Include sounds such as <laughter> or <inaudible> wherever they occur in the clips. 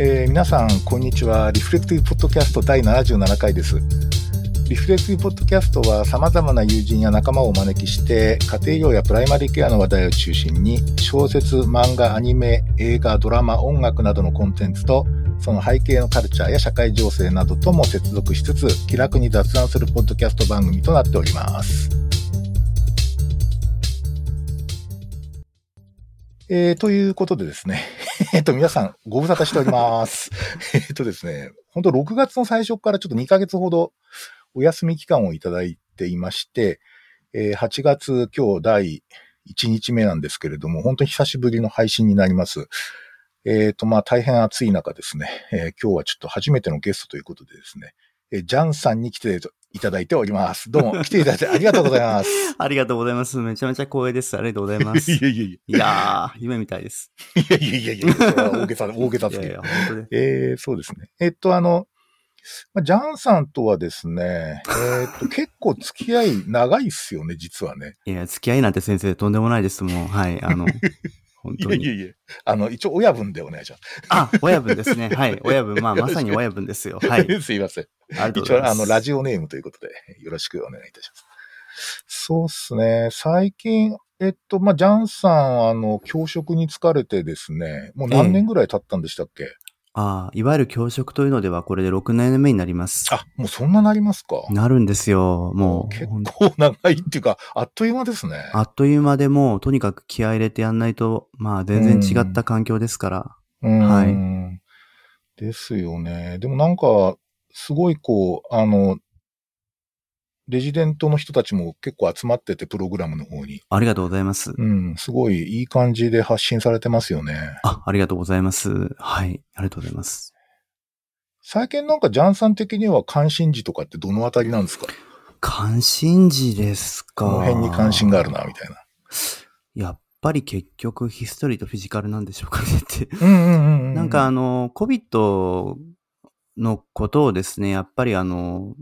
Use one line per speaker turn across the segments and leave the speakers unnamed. えー皆さんこんにちはリフレクティブポッドキャスト第77回ですリフレクティブポッドキャストは様々な友人や仲間をお招きして家庭医療やプライマリーケアの話題を中心に小説漫画アニメ映画ドラマ音楽などのコンテンツとその背景のカルチャーや社会情勢などとも接続しつつ気楽に雑談するポッドキャスト番組となっておりますえー、ということでですね、えっと、皆さん、ご無沙汰しております。 <laughs> えっとですね、本当6月の最初からちょっと2ヶ月ほどお休み期間をいただいていまして、えー8月今日第1日目なんですけれども、本当に久しぶりの配信になります。えっ、と、まあ、大変暑い中ですね、えー今日はちょっと初めてのゲストということでですね、えージャンさんに来ていただいております。どうも、来ていただいてありがとうございます。
<laughs> ありがとうございます。めちゃめちゃ光栄です。ありがとうございます。い
<laughs> いやいやい
やー、夢みたいです。
や、いやいやいやいや、それは大げさ、大げさ
い
す
や
ぎ
い
る
や、。本当に。
ええそうですね。えっと、あの、まあジャンさんとはですね、え
<laughs>
っと、結構付き合い長いっすよね、実はね。
いや、付き合いなんて先生とんでもないです。もう、はい、あの、本当に。
いや。あの、一応親分でお願いします。
あ、親分ですね。はい、親分。まあ、まさに親分ですよ。はい。
<laughs> すいません。
ありがとうご
一
ざい
応、
ます。
あの、ラジオネームということで、よろしくお願いいたします。そうっすね。最近、えっと、まあ、ジャンさん、あの、教職に疲れてですね、もう何年ぐらい経ったんでしたっけ、
あーいわゆる教職というのでは、これで6年目になります。
あ、もうそんななりますか。
なるんですよ。もう、
結
ほんと
構長いっていうか、あっという間ですね。
あっという間でもう、とにかく気合い入れてやんないと、まあ、全然違った環境ですから。はい
い。ですよね。でもなんか、すごいこう、あの、レジデントの人たちも結構集まってて、プログラムの方に。
ありがとうございます。
うん、すごいいい感じで発信されてますよね。
あ、ありがとうございます。はい、ありがとうございます。
最近なんかジャンさん的には関心事とかってどのあたりなんですか
関心事ですか。
この辺に関心があるな、みたいな。
やっぱり結局ヒストリーとフィジカルなんでしょうかねって。
うんうんうん、うん。
なんかあ、の、COVID のことをですね、やっぱりあの、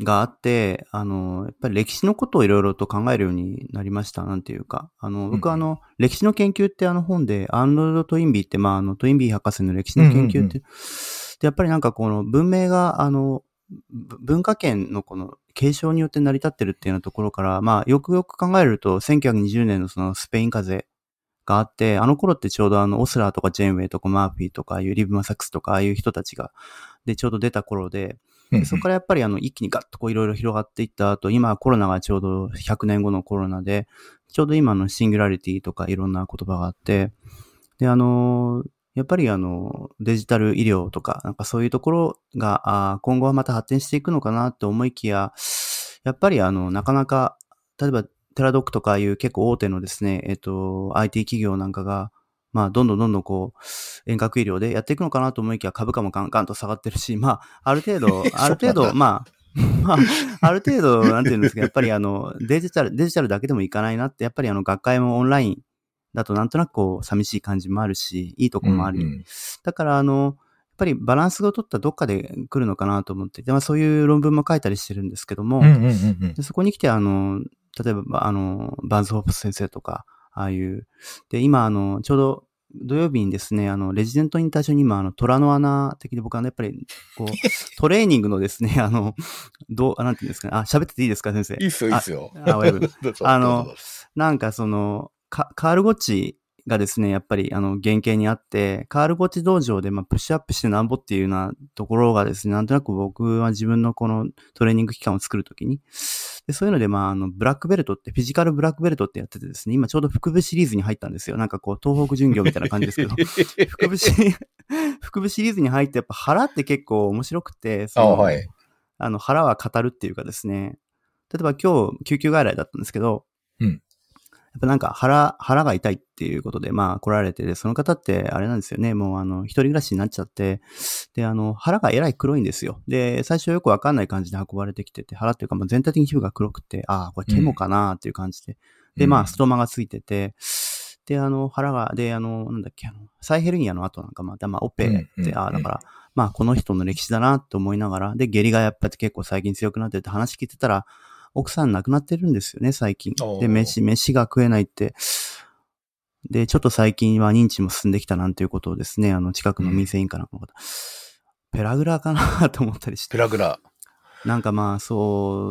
があって、あの、やっぱり歴史のことをいろいろと考えるようになりました。なんていうか。あの、僕
うん
あの、歴史の研究ってあの本で、アーノルド・トインビーって、まあ、あの、トインビー博士の歴史の研
うんう
究
ん
って、でやっぱりなんかこの文明が、あの、ぶ文化圏のこの継承によって成り立ってるっていうようなところから、まあ、よくよく考えると、1920年のそのスペイン風邪があって、あの頃ってちょうどあの、オスラーとかジェンウェイとかマーフィーとか、ああいうリブ・マサックスとか、ああいう人たちが、で、ちょうど出た頃で、
うんうん、
でそこからやっぱりあの一気にガッとこういろいろ広がっていった後、今コロナがちょうど100年後のコロナで、ちょうど今のシングラリティとかいろんな言葉があって、で、あのー、やっぱりあの、デジタル医療とか、なんかそういうところが、あー今後はまた発展していくのかなと思いきや、やっぱりあの、なかなか、例えばテラドックとかいう結構大手のですね、えっと、IT 企業なんかが、まあ、どんどんどんどんこう、遠隔医療でやっていくのかなと思いきや、株価もガンガンと下がってるし、まあ、ある程度ある程
<laughs> そうな
度、
んだ
まあ、まあ、ある程度、なんていうんですか、やっぱりあの、デジタル、デジタルだけでもいかないなって、やっぱりあの、学会もオンラインだとなんとなくこう、寂しい感じもあるし、いいとこもあり、
うんうん
だからあの、やっぱりバランスを取ったどっかで来るのかなと思っていて、まあそういう論文も書いたりしてるんですけども、
うんうんうんうん
でそこに来て、あの、例えば、あの、バンズホープス先生とか、ああいう、で、今、あの、ちょうど土曜日にですね、あの、レジデントに対象に今、あの、虎の穴的に僕はね、やっぱり、こ
<laughs>
う、トレーニングのですね、あの、どう、あなんていうんですかね、あ、喋ってていいですか、先生
いい。っすよ、いいっすよ。
ああ親分
どうぞ
あの
どうぞどうぞ
なんかその、かカールゴッチがですね、やっぱりあの原型にあって、カールゴッチ道場でまあプッシュアップしてなんぼっていうようなところがですね、なんとなく僕は自分のこのトレーニング期間を作るときに、でそういうので、まあ、あの、ブラックベルトって、フィジカルブラックベルトってやっててですね、今ちょうど腹部シリーズに入ったんですよ。なんかこう、東北巡業みたいな感じですけど、腹部シリーズ、腹部シリーズに入って、やっぱ腹って結構面白くて、
<laughs>
そ
あ、
の
はい。
あの、腹は語るっていうかですね、例えば今日、救急外来だったんですけど、
うん
やっぱなんか腹、腹が痛いっていうことで、まあ来られてで、その方ってあれなんですよね、もうあの、一人暮らしになっちゃって、で、あの、腹がえらい黒いんですよ。で、最初よくわかんない感じで運ばれてきてて、腹っていうかもう全体的に皮膚が黒くて、ああ、これケモかなっていう感じで、で、ま
う
あ、
ん
ストマがついてて、で、あの、腹が、で、あの、なんだっけ、あの、サイヘルニアの後なんか、まあ、まあ、オペって、
うんうん
ああ、
うん
だから、まあ、この人の歴史だなと思いながら、で、下痢がやっぱり結構最近強くなってて話聞いてたら、奥さん亡くなってるんですよね、最近
おー。
で、飯、飯が食えないって。で、ちょっと最近は認知も進んできたなんていうことをですね、あの、近くの民生委員かなんかの方、ペラグラかなと思ったりして
ペ。ラグラ。
なんかまあそ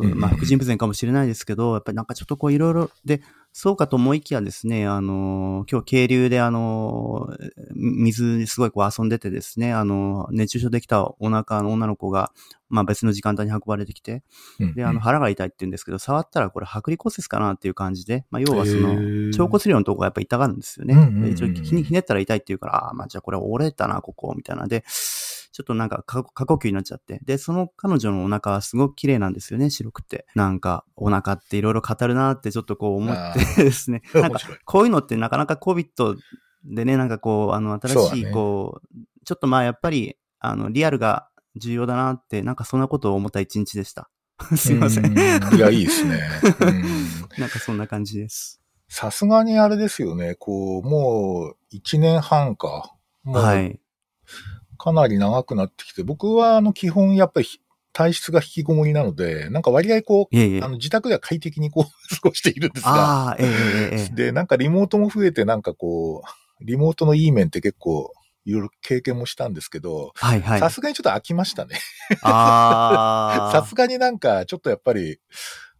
う
う、
んうんうん
まあ、副腎不全かもしれないですけど、やっぱりなんかちょっとこういろいろ、で、そうかと思いきやですね、あの、今日渓流であの、水にすごいこう遊んでてですね、あの、熱中症できたお腹の女の子が、まあ別の時間帯に運ばれてきて、
うん
で、あの、腹が痛いって言うんですけど、触ったらこれ剥離骨折かなっていう感じで、まあ要はその、腸骨量のとこがやっぱ痛がるんですよね。
うんうんうん
でちょっとひねひねったら痛いっていうから、ああ、まあじゃあこれ折れたな、ここ、みたいな。で、ちょっとなんか過過呼吸になっちゃって。で、その彼女のお腹はすごく綺麗なんですよね、白くて。なんか、お腹っていろいろ語るなってちょっとこう思ってですね。な
<laughs>
ん
面
か、
白い。
こういうのってなかなか COVID でね、なんかこう、あの、
そう
新
だ
しい、
ね
こう、ちょっとまあやっぱり、あの、リアルが重要だなって、なんかそんなことを思った一日でした。 <laughs> すいません。
ういや、いいですね。うん
<laughs> なんかそんな感じです。
さすがにあれですよね。こう、もう一年半か。も
は
う
い。
かなり長くなってきて、僕はあの基本やっぱりひ体質が引きこもりなので、なんか割合こ、
いえいうえ
あ。の自宅では快適にこう <laughs> 過ごしているんですが、
ああ、ええええええ。
で、なんかリモートも増えて、なんかこう、リモートのいい面って結構いろいろ経験もしたんですけど、
はいはい。
さすがにちょっと飽きましたね。
あ
<laughs>
あ。
さすがになんかちょっとやっぱり、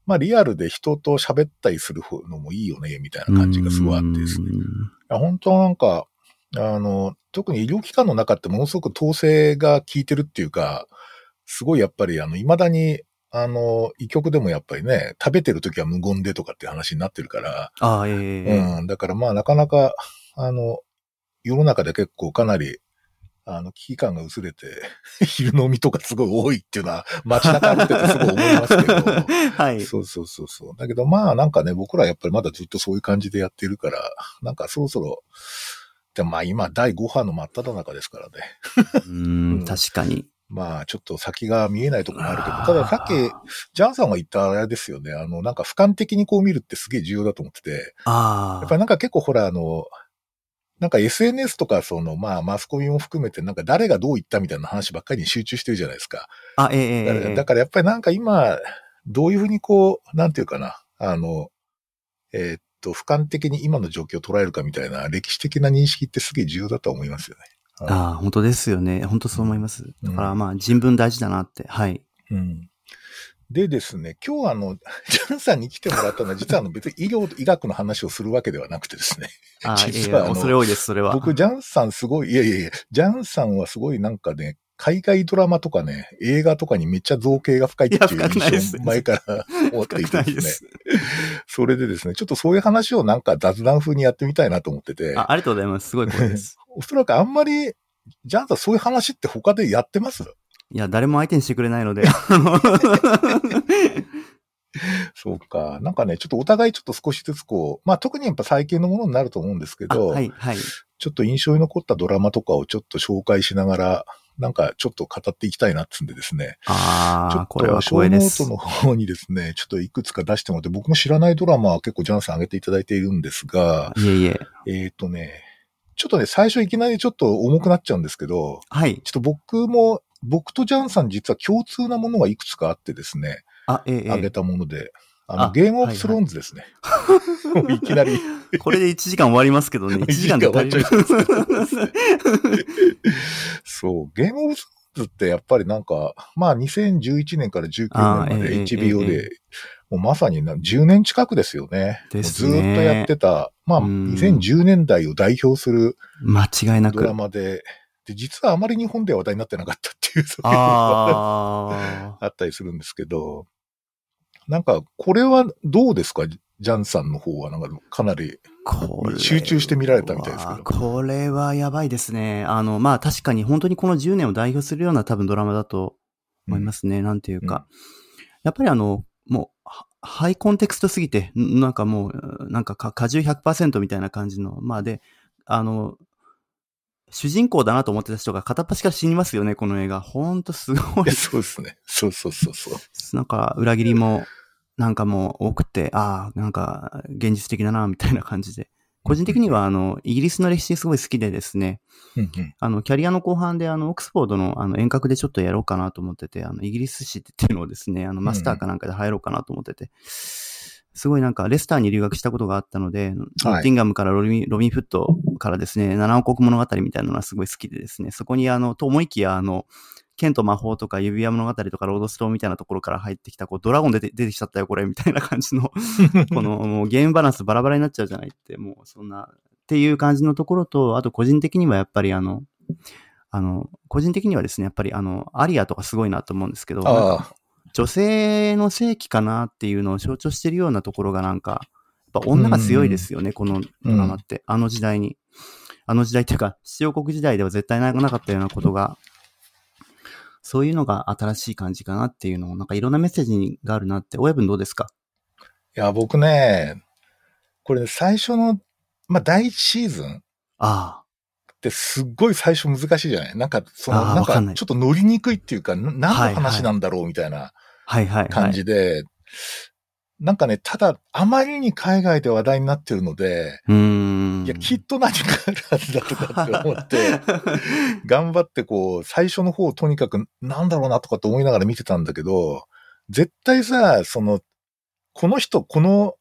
まあリアルで人と喋ったりする方のもいいよね、みたいな感じがすごいあってですね。
うーん。
いや本当はなんか、あの、特に医療機関の中ってものすごく統制が効いてるっていうか、すごいやっぱり、あの、未だに、あの、医局でもやっぱりね、食べてる時は無言でとかって話になってるから、
ああ、ええええ。
うん、だからまあなかなか、あの、世の中で結構かなり、あの、危機感が薄れて、 <laughs> 昼飲みとかすごい多いっていうのは街中歩いててすごい思いますけど、
<laughs> はい。
そうそうそうそう。だけどまあなんかね、僕らやっぱりまだずっとそういう感じでやってるから、なんかそろそろ、でもまあ今第5波の真っ只中ですからね。
うーん、確かに。
まあちょっと先が見えないところもあるけど
あー、
たださっきジャンさんが言ったあれですよね。あのなんか俯瞰的にこう見るってすげえ重要だと思ってて、
あ
やっぱ
あ。
りなんか結構ほらあの、なんか SNS とかそのまあマスコミも含めてなんか誰がどう言ったみたいな話ばっかりに集中してるじゃないですか。
あ、えええ
だか
ええ
ら
え。
だからやっぱりなんか今、どういうふうにこう、なんていうかな、あの、えーっと、俯瞰的に今の状況を捉えるかみたいな歴史的な認識ってすげえ重要だとは思いますよね。
ああ、本当ですよね。本当そう思います。だから
うん
まあ、人文大事だなって。はい。
うん。でですね、今日あの、ジャンさんに来てもらったのは、実はあの別に医療、医学の話をするわけではなくてですね。<laughs>
ああ、ええええ
実はあの
恐れ多いです、それは。
僕、ジャンさんすごい、いやいやいや、ジャンさんはすごいなんかね、海外ドラマとかね、映画とかにめっちゃ造形が深いっていう
いや深くないです
印象を前から <laughs> 思っていて
な
で
いです
ね。
す。
それでですね、ちょっとそういう話をなんか雑談風にやってみたいなと思ってて、
あ、ありがとうございます。すごい声です。
おそらくあんまり、ジャンさんそういう話って他でやってます
いや、誰も相手にしてくれない
<laughs>
ので。あの
そうか。なんかね、ちょっとお互いちょっと少しずつこう、まあ特にやっぱ最近のものになると思うんですけ
あ
ど、
はい、はい。
ちょっと印象に残ったドラマとかをちょっと紹介しながら、なんかちょっと語っていきたいなっつうんでですね。
あ
ちょ
あ、
っ
これは
と、小
光
ノ
栄で
ー
す
ト。の方にですね、ちょっといくつか出してもらって、僕も知らないドラマは結構ジャンさん上げていただいているんですが、
いえいえ。
えっ、とね、ちょっとね、最初いきなりちょっと重くなっちゃうんですけど、
はい。
ちょっと僕も、僕とジャンさん実は共通なものがいくつかあってですね、
あ、ええ
あげ
え
たもので、あの、
あ
ゲームオブスローンズ
<laughs>
ですね。いきなり。
え。これで1時間終わりますけどね。1時間で足りる。
<laughs> そう、ゲームオブスローンズってやっぱりなんか、まあ2011年から19年ま
あええ
で HBO
えええ
で、もうまさにな10年近くですよね。
です
も
ね
うずっとやってた、まあ
うん
2010年代を代表する
間違いな
ド
く
ラ。マで、で、実はあまり日本では話題になってなかったっていう、そういう
あ
<laughs>
あ。
あったりするんですけど、なんか、これはどうですかジャンさんの方は、なんか、かなり、
これは
<laughs> 集中して見られたみたいですけど。
これはやばいですね。あの、まあ確かに本当にこの10年を代表するような多分ドラマだと思いますすね。なんていうか。やっぱりあの、もう、はハイコンテクストすぎて、んなんかもう、なんかか果汁100%みたいな感じの、まあで、あの、主人公だなと思ってた人が片っ端から死にますよね、この映画。ほんとすごい
いやそうですね。そうそうそうそう。
なんか、裏切りも、なんかもう多くて、ああ、なんか、現実的だな、みたいな感じで。個人的には、あの、イギリスの歴史すごい好きでですね、
うん
<laughs>
うん
あの、キャリアの後半で、あの、オックスフォードの、あの、遠隔でちょっとやろうかなと思ってて、あの、イギリス史っていうのをですね、あの、マスターかなんかで入ろうかなと思ってて、すごいなんかレスターに留学したことがあったので、
はい
ノッティンガムからロビンロビンフットからですね、七王国物語みたいなのがすごい好きでですね、そこにあの、と思いきやあの、剣と魔法とか指輪物語とかロードスローみたいなところから入ってきた、こう、ドラゴン出て出てきちゃったよ、これ、みたいな感
<laughs>
じの、このもうゲームバランスバラバラになっちゃうじゃないって、もうそんな、っていう感じのところと、あと個人的にはやっぱりあの、あの、個人的にはですね、やっぱりあの、アリアとかすごいなと思うんですけど、なんか
あ
女性の世紀かなっていうのを象徴してるようなところがなんか、やっぱ女が強いですよね、このドラマって、あの時代に。あの時代っていうか、七王国時代では絶対ななかったようなことが、そういうのが新しい感じかなっていうのを、なんかいろんなメッセージがあるなって、親分どうですか
あ。いや、僕ね、これ最初の、まあ、第一シーズン
あ
ってすっごい最初難しいじゃないなんか、その、
あー
なん
わかんな
か
い
ちょっと乗りにくいっていうか、な何の
はいは
話
い
なんだろうみたいな
あ、はいはいは
感
い。
じで、なんかね、ただ、あまりに海外で話題になってるので、
うーん。
いや、きっと何かあるはずだとかって思って、頑張ってこう、最初の方とにかくなんだろうなとかと思いながら見てたんだけど、絶対さ、その、この人、この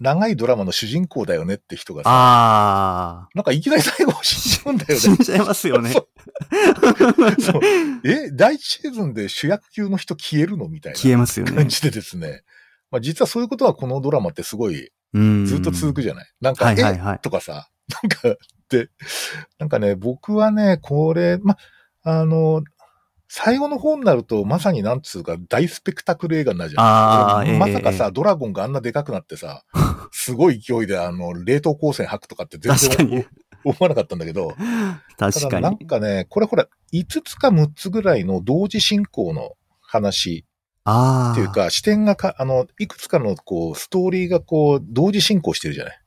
長いドラマの主人公だよねって人がさ、
<laughs> ああ。
なんかいきなり最後死んじゃうんだよ
死ん
ね。
じゃいますよね
そ。そうえ、第一シーズンで主役級の人消えるのみたい
<laughs> 消えます
<laughs>
よ
な
ね
感。じでですね。まあ実はそういうことはこのドラマってすごいず
ず
っと続くじゃないなんか、
はいはいはい
え。とかさ、 <laughs> なんか、で、なんかね、僕はね、これ、ま、あの、最後の方になると、まさになんつうか、大スペクタクル映画になるじゃん。
ああ、ええ
まさかさ、
え
ドラゴンがあんなでかくなって
<laughs>
さ、すごい勢いで、あの、冷凍光線吐くとかって
え
全
確か
然
に。
思わなかったんだけど、
確
た
か
だな
に
ん。かね、これほら、5つか6つぐらいの同時進行の話
ああ。
っていうか、視点がか、あの、いくつかのこう、ストーリーがこう、同時進行してるじゃない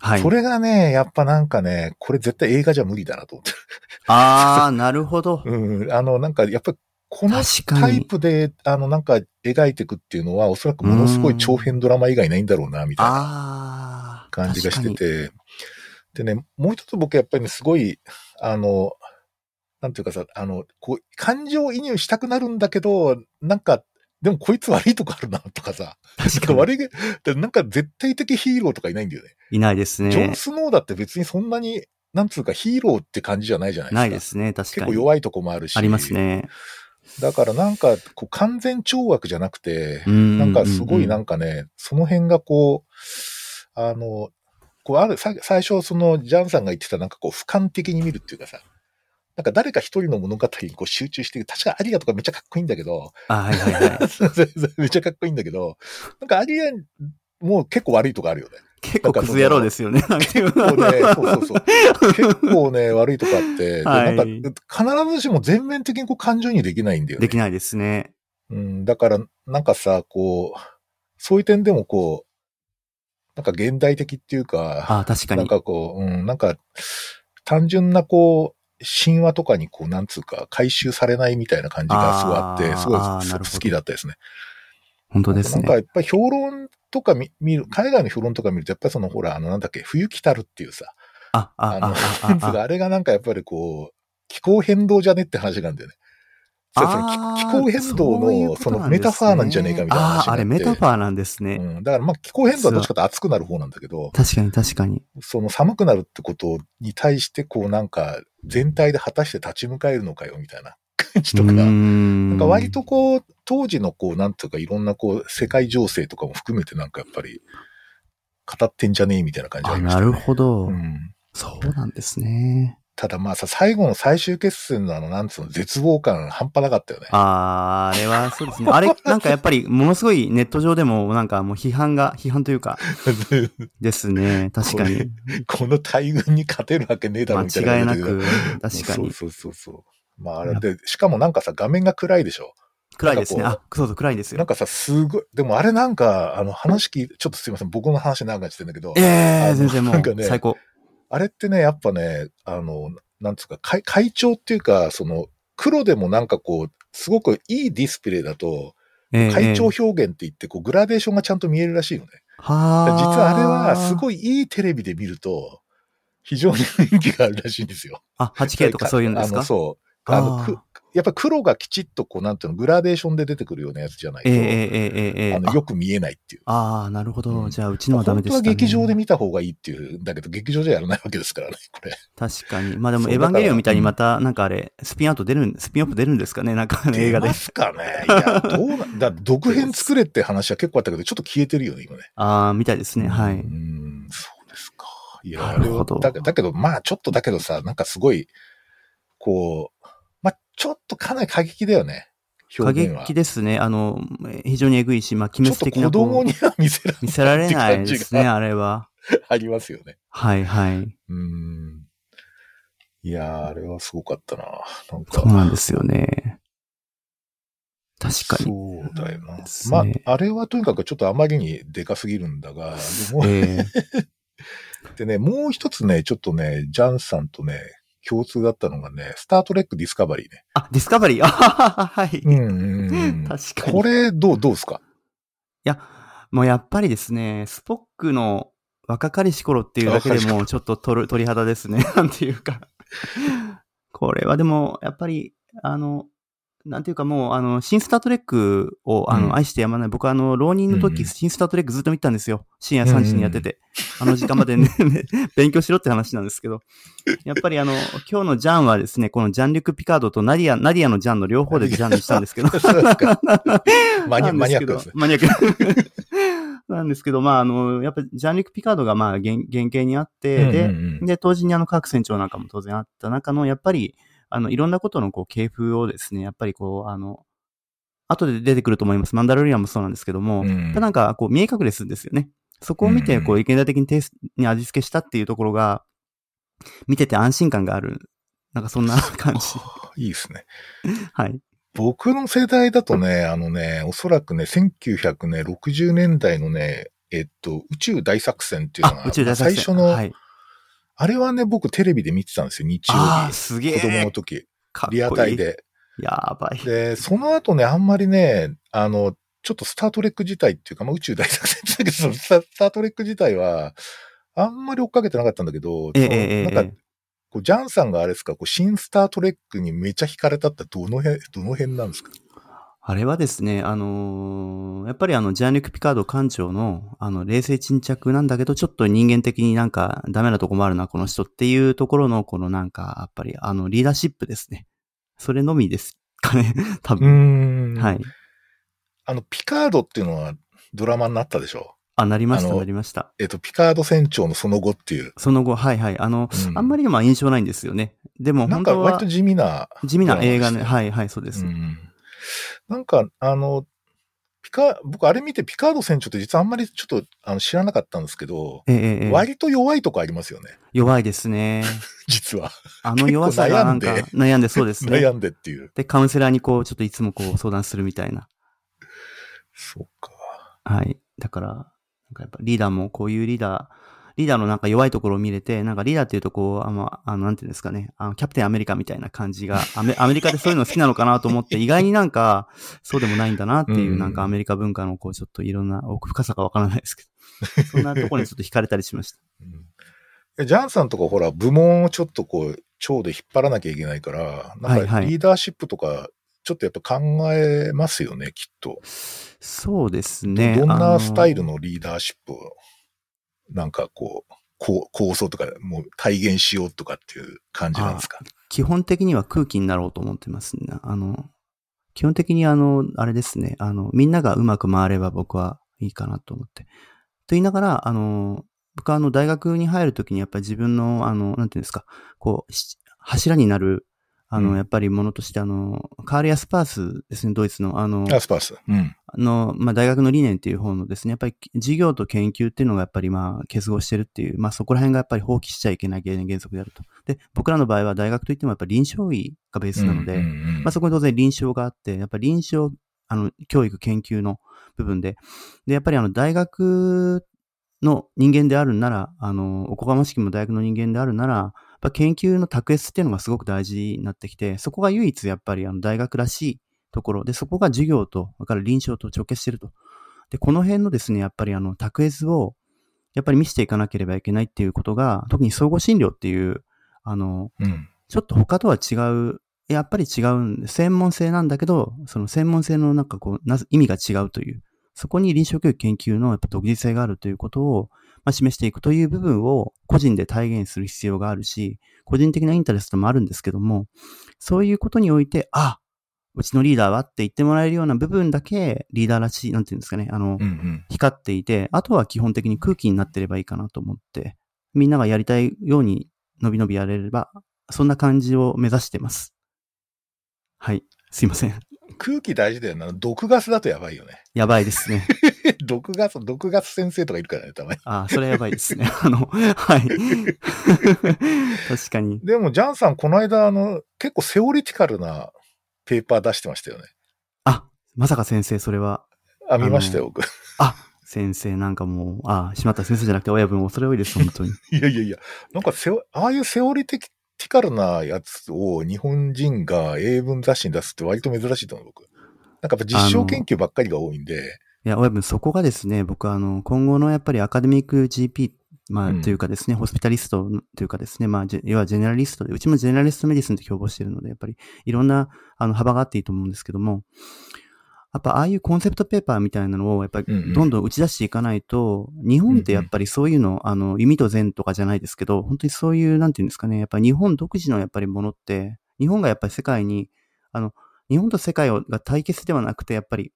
はい。
それがね、やっぱなんかね、これ絶対映画じゃ無理だなと思って。 <laughs>
ああ、なるほど。
うん、あの、なんかやっぱりこの
確か
タイ
に。
プで、あの、なんか描いていくっていうのは、おそらくものすごい長編ドラマ以外ないんだろうな、みたいな
ああ。
感じがして
確か
て。でね、もう一つ僕やっぱりね、すごい、あの、なんていうかさ、あの、こう、感情移入したくなるんだけど、なんか、でもこいつ悪いとこあるな、とかさ。
に。確
なんか
か
<laughs>
に。
悪いけ、だからなんか絶対的ヒーローとかいないんだよね。
いないです
ジョン・
ね。
スノーだって別にそんなに、なんつうかヒーローって感じじゃないじゃないですか。
ないですね。確か
結
に。
構弱いとこもあるし。
あります。ね。
だからなんか、こう完全懲悪じゃなくて
う、ん。
なんかすごいな
うん
かね、その辺がこう、あの、こうある、さ最初そのジャンさんが言ってたなんかこう俯瞰的に見るっていうかさ、なんか誰か一人の物語にこう集中して、確かアリアとかめっちゃかっこいいんだけど、 <laughs>
あはいはいはい。
めっちゃかっこいいんだけど、なんかアリアも結構悪いとこあるよね。
結構クズ野郎ですよね。結
結構ね、そうそうそう。結構ね、悪いとこあ
<laughs>
って、で
はい
なんか、必ずしも全面的にこう感情にできないんだよね。
できないですね。
うん、だから、なんかさ、こう、そういう点でもこう、なんか現代的っていうか、
ああ、確か
なん
に。
かこう、うん、なんか、単純なこう、神話とかにこう、なんつうか、回収されないみたいな感じがすごいあって、
あー
すごい
あーなるほど
好きだったですね。
本当です
なんか
ね。
やっぱり評論とか見見る、海外の評論とか見ると、やっぱりそのほら、あの、なんだっけ、冬来たるっていうさ、
あ、あ、
あの、
あ、
あ
あ、あ、
あれがなんかやっぱりこう、気候変動じゃねって話なんだよね。そうそ
あ
の
ー
気気候変動
そういう
の
こ
そ
となんで
の
すね
メタファーなんじゃねえかみたいな
あ
話
あ、あれ
になって
メタファーなんですね。
うん、だからまあ気候変動はどっちかというと暑くなる方なんだけど、
確かに確かに。
その寒くなるってことに対してこうなんか全体で果たして立ち向かえるのかよみたいな感じとか、なんんか割とこう当時のこうなんていうかいろんなこう世界情勢とかも含めてなんかやっぱり語ってんじゃねえみたいな感じがあ
あ、
りまし
な
た、ね。
るほど、
うん
そうなんですね。
ただまあさ、最後の最終決戦のあの、なんつうの、絶望感半端なかったよね。
あー、あれはそうですね。あれ、なんかやっぱり、ものすごいネット上でも、なんかもう批判が、批判というか、ですね。確かに。
<laughs> この大群に勝てるわけねえだろ、みたいな。
間違いなく、確かに。
そうそうそうそう。まああれで、しかもなんかさ、画面が暗いでしょ。
暗いですね。
なんか
あ、そうそう、暗いです
なん
よ。
かさ、すごい、でもあれなんか、あの話聞いちょっとすいません、僕の話長くなっちゃってんだけど、
え
あ
ー、
の
全然も
なんか
う、
ね
最高。
あれってね、やっぱね、あの、なんつうか、会会長っていうか、その、黒でもなんかこう、すごくいいディスプレイだと、
えー、
会長
えー
表現って言って、こう、グラデーションがちゃんと見えるらしいよね。
はー
実はあれはすごいいいテレビで見ると、非常に人気があるらしいんですよ。
あ、8K とかそういうんです
あ
か
の、そう。あの、
あー
くやっぱり黒がきちっとこう、なんていうの、グラデーションで出てくるようなやつじゃないと、
ええええええええ
あのよく見えないっていう。
ああ、なるほど。
うん
じゃあ、うちのはダメでした、
本当
ね。
は劇場で見た方がいいっていうんだけど、劇場じゃやらないわけですからね、これ。
確かに。まあでも、
そう
エヴァンゲリオンみたいにま
だ
た、なんかあれ、スピンアウト出るん、スピンオフ出るんですかね <laughs> なんかあの <laughs> 映画
出
で
ま。すかね。いや、どうな、だ続編作れって話は結構あったけど、ちょっと消えてるよね、今ね。
ああ、みたいですね。は
う
い。
ん、そうですか。いや、
な
あ
る
れ
ほ
は
ど
だけだけど、まあ、ちょっとだけどさ、なんかすごい、こう、まあ、ちょっとかなり過激だよね、
過
表現は。
激ですね。あの、非常にエグいし、まあ、
ち
鬼
ょっ
滅
と
的な
子
こ
供
う
には見せら
見せられないですね、
って感じが
あれは。
ありますよね。
はいはい。
うん。いやー、あれはすごかったな。なんか
そう、なんですよね。確かに。
そうだよな。
です
ま
ね
あ、あれはとにかくちょっとあまりにでかすぎるんだ
<laughs>
が、でも、
ええ
でね、もう一つね、ちょっとね、ジャンさんとね、共通だったのがね、スタートレックディスカバリーね。
あ、ディスカバリーあ <laughs> ははははい。
うんうんうん。
確かに。
これ、どう、どうですか
いや、もうやっぱりですね、スポックの若かりし頃っていうだけで
若かりし
もうちょっと鳥 <laughs> 鳥肌ですね、なんていうか。これはでも、やっぱり、あの、なんていうかもう、あの、新スタートレックを、あ
うん
の、愛してやまない。僕は、あの、浪人の
うんう
時、
ん
新スタートレックずっと見たんですよ。深夜3時にやってて。あの時間までね、 <laughs> 勉強しろって話なんですけど。やっぱりあの、今日のジャンはですね、このジャン・リュック・ピカードとナディア、ナディアのジャンの両方でジャンにしたんです
<laughs>
けど。
そうです
<laughs>
かマニ
な
マ
ん
ニ
す
ア
け
ッ
ど
クですね。
マニアック。 <laughs> なんですけど、まあ、あの、やっぱジャンリック・ピカードが、まあ、原原型にあって、
うん
で、
うんうん
で、当時にあの、各船長なんかも当然あった中の、やっぱり、あの、いろんなことの、こう、系風をですね、やっぱりこう、あの、後で出てくると思います。マンダロリアンもそうなんですけども、
う
やっ
ん
ぱなんか、こう、見え隠れするんですよね。そこを見て、こ
う
う、現代的にテイスに味付けしたっていうところが、見てて安心感がある。なんかそんな感
<laughs>
じ。
いいですね。
はい。
僕の世代だとね、あのね、おそらくね、1960年代のね、えっと、宇宙大作戦っていうの
あ
が、、
宇宙大作戦。
最初の、
はい、
あれはね、僕テレビで見てたんですよ、日
あ
曜
あ、
日。
すげえ。
子供の時、
かっこいい
リアタイ。で。
やばい。
で、その後ね、あんまりね、あの、ちょっとスタートレック自体っていうか、まあ、宇宙大作戦だけど、そのスタスタートレック自体は、あんまり追っかけてなかったんだけど、
ええ
その
ええ
なん
え
か、こうジャンさんがあれですか、こう新スタートレックにめちゃ惹かれたってどの辺、どの辺なんですか
あれはですね、あのーやっぱりあの、ジャンリュック・ピカード艦長の、あの、冷静沈着なんだけど、ちょっと人間的になんか、ダメなとこもあるな、この人っていうところの、このなんか、やっぱり、あの、リーダーシップですね。それのみですかね、 <laughs> 多
うー
分。
ん。
はい。
あの、ピカードっていうのはドラマになったでしょ
あ、なりまし
あ
た、
の
なりました。
えっと、ピカード船長のその後っていう。
その後、はいはい。あの、
うん
あんまりまあ印象ないんですよね。でも、
な
本
んか
当
割
は
と、地味な。
地味な映画
ドラマです
ね。
ね
はいはい、そうです。
うん。なんか、あの、ピカ、僕あれ見てピカード船長って実はあんまりちょっとあの知らなかったんですけど、
ええええ
割と弱いとこありますよね。
弱いですね。
実は。
あの弱さがなんか、
結
悩んでそうですね。
<laughs> 悩んでっていう。
で、カウンセラーにこう、ちょっといつもこう相談するみたいな。
そうか。
はい。だから、なんかやっぱリーダーもこういうリーダー、リーダーのなんか弱いところを見れて、なんかリーダーっていうとこう、あの、あのなんていうんですかね、あのキャプテンアメリカみたいな感じが <laughs> アメ、アメリカでそういうの好きなのかなと思って、意外になんか、そうでもないんだなっていう、
うん
なんかアメリカ文化のこう、ちょっといろんな奥深さがわからないですけど、そんなところにちょっと惹かれたりしました。
うんえジャンさんとかほら、部門をちょっとこう、長で引っ張らなきゃいけないから、なん
はいは
か
い
リーダーシップとか、ちょっとやっぱ考えますよね、きっと。
そうですね。
どん
あの
なスタイルのリーダーシップを、なんかこう、こう構想とか、もう体現しようとかっていう感じなんですか
基本的には空気になろうと思ってますね。あの、基本的にあの、あれですね。あの、みんながうまく回れば僕はいいかなと思って。と言いながら、あの、僕はあの、大学に入るときにやっぱり自分の、あの、なんていうんですか、こう、し柱になる、あの、
うん
やっぱりものとして、あの、カール・ヤスパースですね、ドイツの、あの、
あ、スパース。うん。
あの、まあ、大学の理念っていう方のですね、やっぱり事業と研究っていうのがやっぱりまあ、結合してるっていう、まあ、そこら辺がやっぱり放棄しちゃいけない原原則であると。で、僕らの場合は大学といってもやっぱり臨床医がベースなの
う
で、
んうんうん
まあ、そこに当然臨床があって、やっぱり臨床、あの、教育研究の部分で、で、やっぱりあの、大学の人間であるなら、あの、おこがましきも大学の人間であるなら、やっぱ研究の卓越っていうのがすごく大事になってきて、そこが唯一やっぱりあの大学らしいところで、そこが授業と、だから臨床と直結してると。で、この辺のですね、やっぱりあの、卓越を、やっぱり見せていかなければいけないっていうことが、特に総合診療っていう、あの、
うん。
ちょっと他とは違うやっぱり違うんで、専門性なんだけど、その専門性のなんかこう、なぜ意味が違うという、そこに臨床教育研究のやっぱ独自性があるということを、まあ、示していくという部分を個人で体現する必要があるし、個人的なインタレストもあるんですけども、そういうことにおいて、あうちのリーダーはって言ってもらえるような部分だけ、リーダーらしい、なんていうんですかね、あの、
うんうん。
光っていて、あとは基本的に空気になってればいいかなと思って、みんながやりたいように伸び伸びやれれば、そんな感じを目指してます。はい。すいません。 <laughs>
空気大事だよな。毒ガスだとやばいよね。 <laughs>
やばいですね。
毒ガス、毒ガス先生とかいるからね、たまに。
ああ、それやばいですね。 <laughs> あの、はい。 <laughs> 確かに。
でも、ジャンさん、この間、あの、結構セオリティカルなペーパー出してましたよね。
あ、まさか先生、それは。
あ、見ましたよ、 <laughs> 僕。
先生なんかもう、ああ、しまった先生じゃなくて親分恐れ多いです、本当に。
いやいやいや、なんかセオ、ああいうセオリティカルなやつを日本人が英文雑誌に出すって割と珍しいと思う、僕。なんかやっぱ実証研究ばっかりが多いんで、
いや、親分、そこがですね、僕は、あの、今後のやっぱりアカデミック GP、ま
う
あ、
ん
というかですね、ホスピタリストというかですね、まあ、ジェ要はジェネラリストで、うちもジェネラリストメディスンって標榜してるので、やっぱり、いろんな、あの、幅があっていいと思うんですけども、やっぱ、ああいうコンセプトペーパーみたいなのを、やっぱ
うんうん
り、どんどん打ち出していかないと、日本ってやっぱりそういうの、あの、弓と禅とかじゃないですけど、本当にそういう、なんていうんですかね、やっぱり日本独自のやっぱりものって、日本がやっぱり世界に、あの、日本と世界をが対決ではなくて、やっぱり、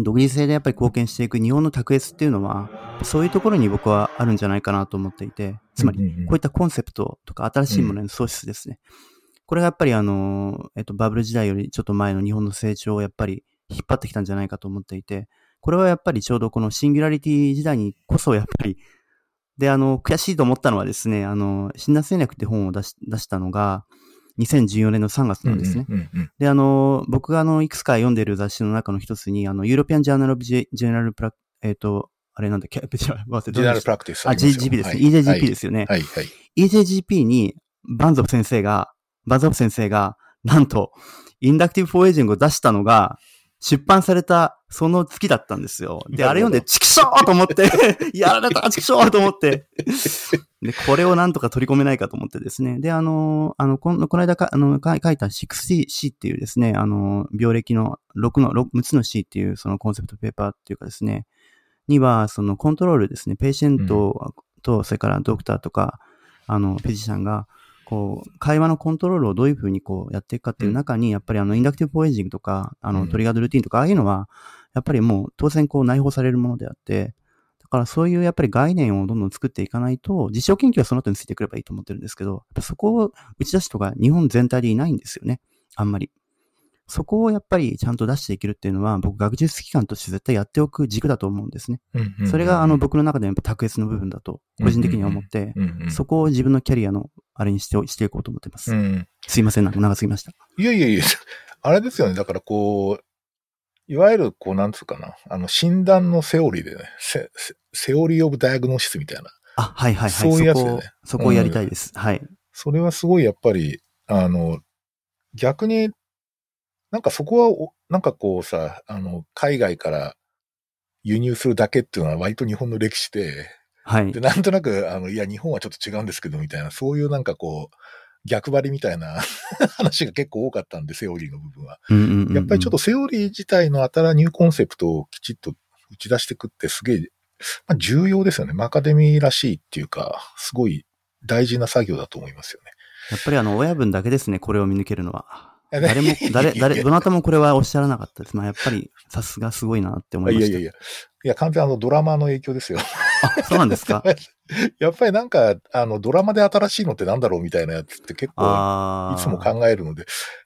独自性でやっぱり貢献していく日本の卓越っていうのは、そういうところに僕はあるんじゃないかなと思っていて、つまり、
うんうんうん
こういったコンセプトとか新しいものへの創出ですね。これがやっぱりあの、えっと、バブル時代よりちょっと前の日本の成長をやっぱり引っ張ってきたんじゃないかと思っていて、これはやっぱりちょうどこのシンギュラリティ時代にこそやっぱり、で、あの、悔しいと思ったのはですね、あの、診断戦略って本を出し出したのが、2014年の3月なんですね。
うんうんうん
で、あの、僕があの、いくつか読んでる雑誌の中の一つに、あの、ユーロピアン・ジャーナル・ジェネラル・プラ、えっ、と、あれなんだっけ、 <laughs> 忘れ
ジェネラルプ
プラ
ラクティス
あ、
りますよ
GGP ですね。
はい
EJGP ですよね。
はい、はい。
EJGP に、バンゾフ先生が、バンゾフ先生が、なんと、インダクティブ・フォーエイジングを出したのが、出版された、その月だったんです
<laughs>
よ。で、
な
あ
る
れ
ほど
読んで、チキショーと思って、 <laughs> やられた、チキショーと思って。で、これをなんとか取り込めないかと思ってですね。で、あの、あの、このこの間か、あの、か書いた 6C っていうですね、あの、病歴の6の、6, 6つの C っていうそのコンセプトペーパーっていうかですね、には、そのコントロールですね、ペーシェントと、それからドクターとか、あの、フィジシャンが、こう、会話のコントロールをどういうふうにこうやっていくかっていう中に、やっぱりあの、インダクティブフォーエイジングとか、あ
う
の、
ん
トリガードルーティンとか、ああいうのは、やっぱりもう当然こう内包されるものであって、だからそういうやっぱり概念をどんどん作っていかないと、実証研究はその後についてくればいいと思ってるんですけど、やっぱそこを打ち出す人が日本全体でいないんですよね。あんまり。そこをやっぱりちゃんと出していけるっていうのは、僕学術機関として絶対やっておく軸だと思うんですね。
うんうん
それがあの、僕の中でやっぱ卓越の部分だと、個人的には思って、
うんうん
そこを自分のキャリアのあれにしておしていこうと思ってま
う
す。
ん。
すいません、なんか長すぎました。
いやいやいや、 <laughs> あれですよね。だからこう、いわゆるこう、なんつうかな、あの、診断のセオリーでね、セセセオリーオブダイアグノシスみたいな。
あ、はいはいはい。
そういうやつだよね
そこをそこをやりたいです。はい。
それはすごいやっぱり、あの、逆に、なんかそこはお、なんかこうさ、あの、海外から輸入するだけっていうのは割と日本の歴史で、
はい
で、。なんとなく、あの、いや、日本はちょっと違うんですけど、みたいな、そういうなんかこう、逆張りみたいな <laughs> 話が結構多かったんで、セオリーの部分は。
うんうんうんうん
やっぱりちょっと、セオリー自体の新たなニューコンセプトをきちっと打ち出していくってすげえ、まあ、重要ですよね。まあアカデミーらしいっていうか、すごい大事な作業だと思いますよね。
やっぱりあの、親分だけですね、これを見抜ける
<laughs>
のは。
いやね
誰も、誰、
いやい
誰、
や
どなたもこれはおっしゃらなかったです。まあ、やっぱり、さすがすごいなって思い
い
ま
や
し
い
た。
やいや。いや、完全にあのドラマの影響ですよ。
あ、そうなんで
<laughs>
すか
やっぱりなんか、あの、ドラマで新しいのってなんだろうみたいなやつって結構、
あ
い
あ。
つも考えるので、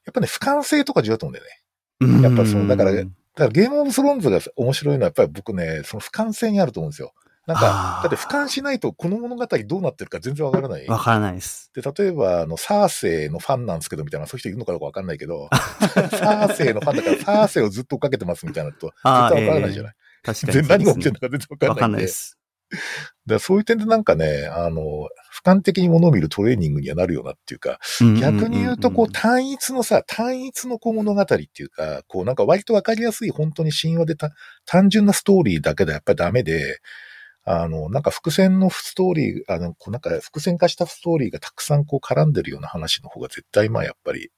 やっぱね、俯瞰性とか重要だと思うんだよね。
うん
やっぱりそのだからだからゲームオブスローンズが面白いのはやっぱり僕ね、その俯瞰性にあると思うんですよ。なんか
あ、ー
だって俯瞰しないとこの物語どうなってるか全然わからない。
わからないです。
で、例えば、あの、サーセイのファンなんですけど、みたいな、そういう人いるのかどうかわかんないけど、サーセイのファンだ <laughs> から、サーセイをずっと追っかけてますみたいなと、絶対
あ
わ
ー
からないじゃない。
確かに
全然何が起きてる
の
のか全然わ
わ
か
か
ん
ん
な
な
ん
いいで
で。
す。
だからそういう点でなんかね、あの、俯瞰的に物を見るトレーニングにはなるよなっていうか、逆に言うと、こう、単一のさ、単一のこう物語っていうか、こう、なんか割とわかりやすい、本当に神話でた単純なストーリーだけでやっぱりダメで、あの、なんか伏線のストーリー、あの、こうなんか伏線化したストーリーがたくさんこう絡んでるような話の方が絶対、まあやっぱり、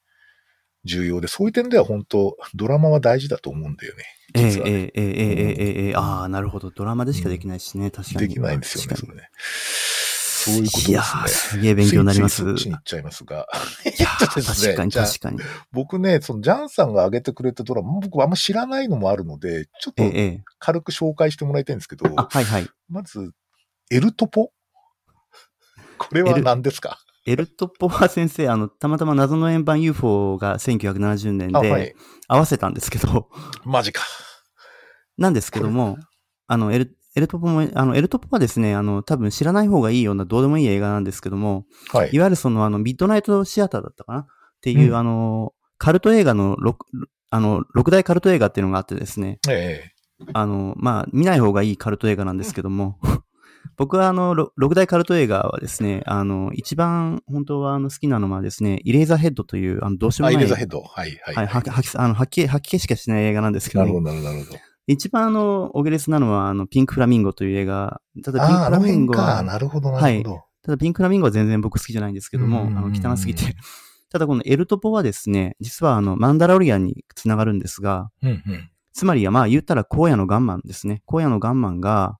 重要で、そういう点では本当、ドラマは大事だと思うんだよね。
ええ
実はね
ええええええええああ、なるほど。ドラマでしかできないしね、確かに。
できないんですよね、
確
そ
か
れ
に
ね。そういうこと
い
で
や
す
ー、
ね。
すげえ勉強になりま
つ
す。
いついそっちに行っちゃいますが。
いや
ちょっとですね
確かに
じゃあ
確かに。
僕ね、そのジャンさんが挙げてくれたドラマ、僕あんま知らないのもあるので、ちょっ
ええ
と
ええ。
軽く紹介してもらいたいんですけど、
あ、はいはい。
まず、エルトポこれ
エ
は
ル
何ですか
エルトポワ先生、あの、たまたま謎の円盤 UFO が1970年
あ、はい
で。合わせたんですけど、
マジか。
なんですけども、あの、エル、エルトポも、あの、エルトポはですね、あの、多分知らない方がいいようなどうでもいい映画なんですけども、
はい。
いわゆるその、あの、ミッドナイトシアターだったかなっていう、
うん
あの、カルト映画の六あの、6大カルト映画っていうのがあってですね、
え
あの、まあ、見ない方がいいカルト映画なんですけども、 <laughs> 僕はあの、ろ六大カルト映画はですね、あの、一番本当はあの好きなのはですね、イレーザーヘッドという、あの、どうし
え
よ
ア
う
イ
もない。
レザヘッド。はい、はい。
はい、はき、はき、あの、はっき、はっき消しかしない映画なんですけ
な
ど
る
も、
ほど、なるほどなるほど。
一番あの、お下劣なのは、あの、ピンクフラミンゴという映画。ただ、ピンク
ああ、あ
フ
の
ラミン
辺
ゴ
か。
は、
なるほど、なるほど。
ただ、ピンクフラミンゴは全然僕好きじゃないんですけども、
うん
あの、汚すぎて。 <laughs> ただ、このエルトポはですね、実はあの、マンダロリアンにつながるんですが、
うん、うん。
つまりは、まあ言ったら荒野のガンマンですね。荒野のガンマンが、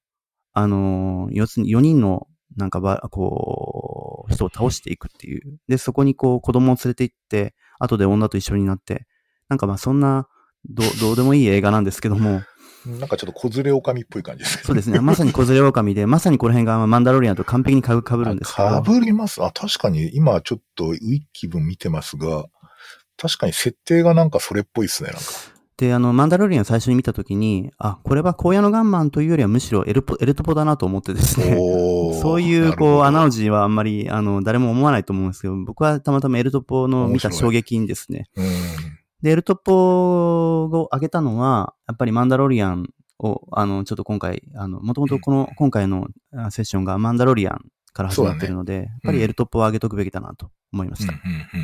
あのー要するに4人の、なんかば、こう、人を倒していくっていう。で、そこにこう、子供を連れて行って、後で女と一緒になって、なんかまあそんな、どう、どうでもいい映画なんですけども、
なんかちょっと小連れ狼っぽい感じですけど。
そうですね。まさに小連れ狼で、まさにこの辺がマンダロリアンと完璧にかぶるんですけど。
かぶります。あ、確かに今ちょっとウィキ分見てますが、確かに設定がなんかそれっぽいですね、なんか。
で、あの、マンダロリアン最初に見たときに、あ、これは荒野のガンマンというよりはむしろエルポ、エルトポだなと思ってですね。
おー
<laughs> そうい
な
う、
るほど
こう、アナロジーはあんまり、あの、誰も思わないと思うんですけど、僕はたまたまエルトポの見た
面白い
衝撃にですね。
うん。
で、エルトポを上げたのは、やっぱりマンダロリアンを、あの、ちょっと今回、あの、もともとこの、今回のあセッションがマンダロリアンから始まってるので、やっぱりエルトポを上げとくべきだなと思いま
うん、う
し
ん、うん、うん、
た。
うんう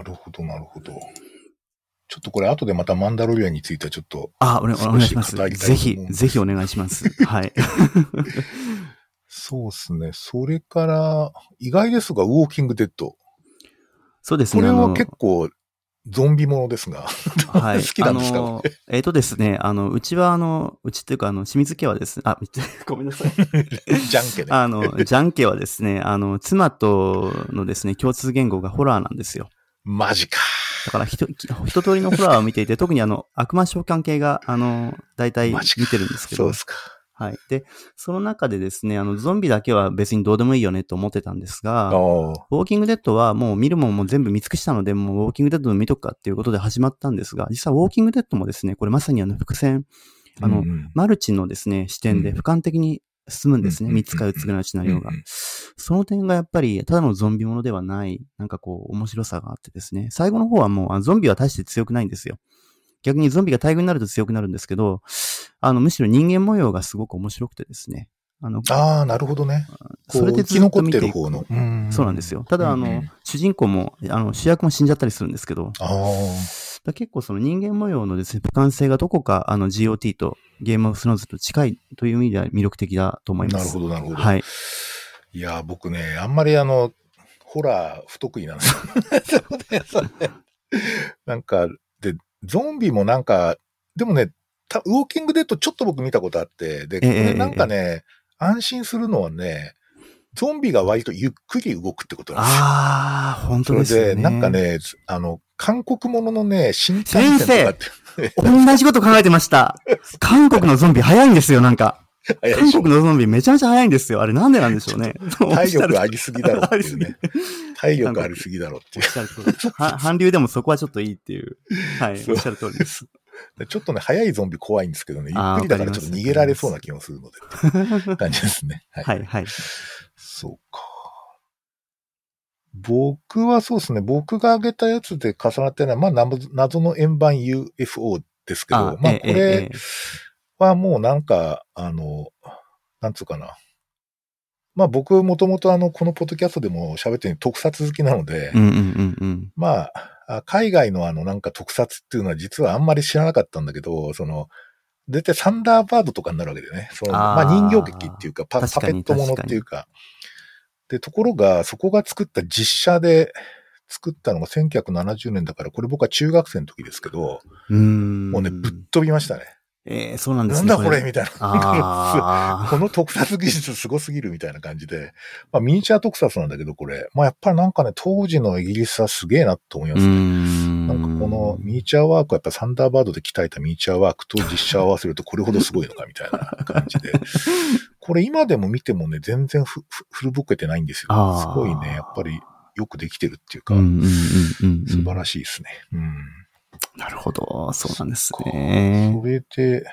ん。なるほど、なるほど。ちょっとこれ後でまたマンダロリアンについてはちょっと、
あ、おねお願いします
少し語り。たいと思うんです
ぜひ、ぜひお願いし
<laughs>
ます。はい。
そうですね。それから、意外ですが、ウォーキングデッド。
そうです
こ
ね。
れ
あ
は
の
結構、ゾンビものです
<laughs>
が。
はい。
<laughs> 好きなんですか
あの、えっ、とですね、あの、うちはあの、うちっていうか、あの、清水家はですね、あ、 <laughs> ごめんなさい。
じゃんけね。
あの、ジャンケはですね、あの、妻とのですね、共通言語がホラーなんですよ。
マジか。
だからひと、ひ一通りのホラーを見ていて、特にあの、悪魔召喚系が、あの、大体
マジか
見てるんですけ
そう
ど
で、すか。
はい。で、その中でですね、あの、ゾンビだけは別にどうでもいいよねと思ってたんです
あ
が、
ー
ウォーキングデッドはもう見るもんも全部見尽くしたので、もうウォーキングデッドの見とくかっていうことで始まったんですが、実はウォーキングデッドもですね、これまさにあの伏線、あの
うんうん
マルチのですね、視点で
うん
俯瞰的に進むんですね。
うん
3つか4つぐらいのシナリオが
うんうん。
その点がやっぱり、ただのゾンビものではない、なんかこう、面白さがあってですね。最後の方はもう、あのゾンビは大して強くないんですよ。逆にゾンビが大群になると強くなるんですけど、あの、むしろ人間模様がすごく面白くてですね。あの、
あー、なるほどね。こう
それで
生き
ずっ
残
と
っ
見
て
てい
る
く
方の。
そうなんですよ。ただ、あ
うんう
の
ん、
主人公も、あの、主役も死んじゃったりするんですけど、
ああ。
だから結構その人間模様のですね、俯瞰性がどこか、あの、GOT とゲームオブスノーズと近いという意味では魅力的だと思いま
な
す。
るほど、なるほど。
はい。
いやー、僕ね、あんまりあの、ホラー不得意なんですよ。
<laughs>
そうだよそうだよなんか、で、ゾンビもなんか、でもね、たウォーキングデッドちょっと僕見たことあって、で、こ
ええ
れなんかね、安心するのはね、ゾンビが割とゆっくり動くってことなんですよ。
ああ、本
そ
当
れ
ですよ
で、
ね。
なんか。ね、あの、韓国もののね、新幹線とかって、
同じこと考えてました。韓国のゾンビ早いんですよ、なんか。
<laughs> 早い
韓
でしょ
国のゾンビめちゃめちゃ早いんですよ。あれなんでなんでしょ
<laughs>
うね。
体力あ
<laughs> あ
りすぎだろっていうね。体力ありすぎだろって
お
い
っしゃる通りです。は韓流でもそこはちょっといいっていう。はい、
そ
お
う
っしゃる通りです。
うで。ちょっとね、早いゾンビ怖いんですけどね、ゆっ
あー
くりだから
わか
ちょ
り
っ
ます
と逃げられそうな気もするので
<laughs>
って感じですね。はい
はい、はい。
そうか。僕はそうですね、僕が挙げたやつで重なってるのは、まあ、謎謎の円盤 UFO ですけど、まあ、これはもうなんか、あの、なんつうかな。まあ、僕、もともとあの、このポッドキャストでも喋ってるように特撮好きなので、
うんうんうんうん。
まあ、あ海外のあのなんか特撮っていうのは実はあんまり知らなかったんだけど、その、大体サンダーバードとかになるわけでね。その
あ
まあ
ー
人形劇っていうかパ
確
パ
か
ペッ
に
トものっていうか。で、ところが、そこが作った実写で、作ったのが1970年だから、これ僕は中学生の時ですけど、
うーん。
もうね、ぶっ飛びましたね。
ええそうなんで
な
す
ん
ね。
だこれみたいな。
あ
この特撮技術すごすぎるみたいな感じで、まあ、ミニチュア特撮なんだけど、これ。まあ、やっぱりなんかね、当時のイギリスはすげえなと思い
あ。
ます。
ん
なんかこのミニチュアワークはやっぱサンダーバードで鍛えたミニチュアワークと実写を合わせるとこれほどすごいのかみたいな感じで。 <laughs> これ今でも見てもね、全然ふふ古ぼけてないんですよ。
あー
すごいね、やっぱりよくできてるっていうか
うん、うんうんうんうん。
素晴ら
し
しいですね。うん。
い。なるほど。そうなんですね
そ。れで、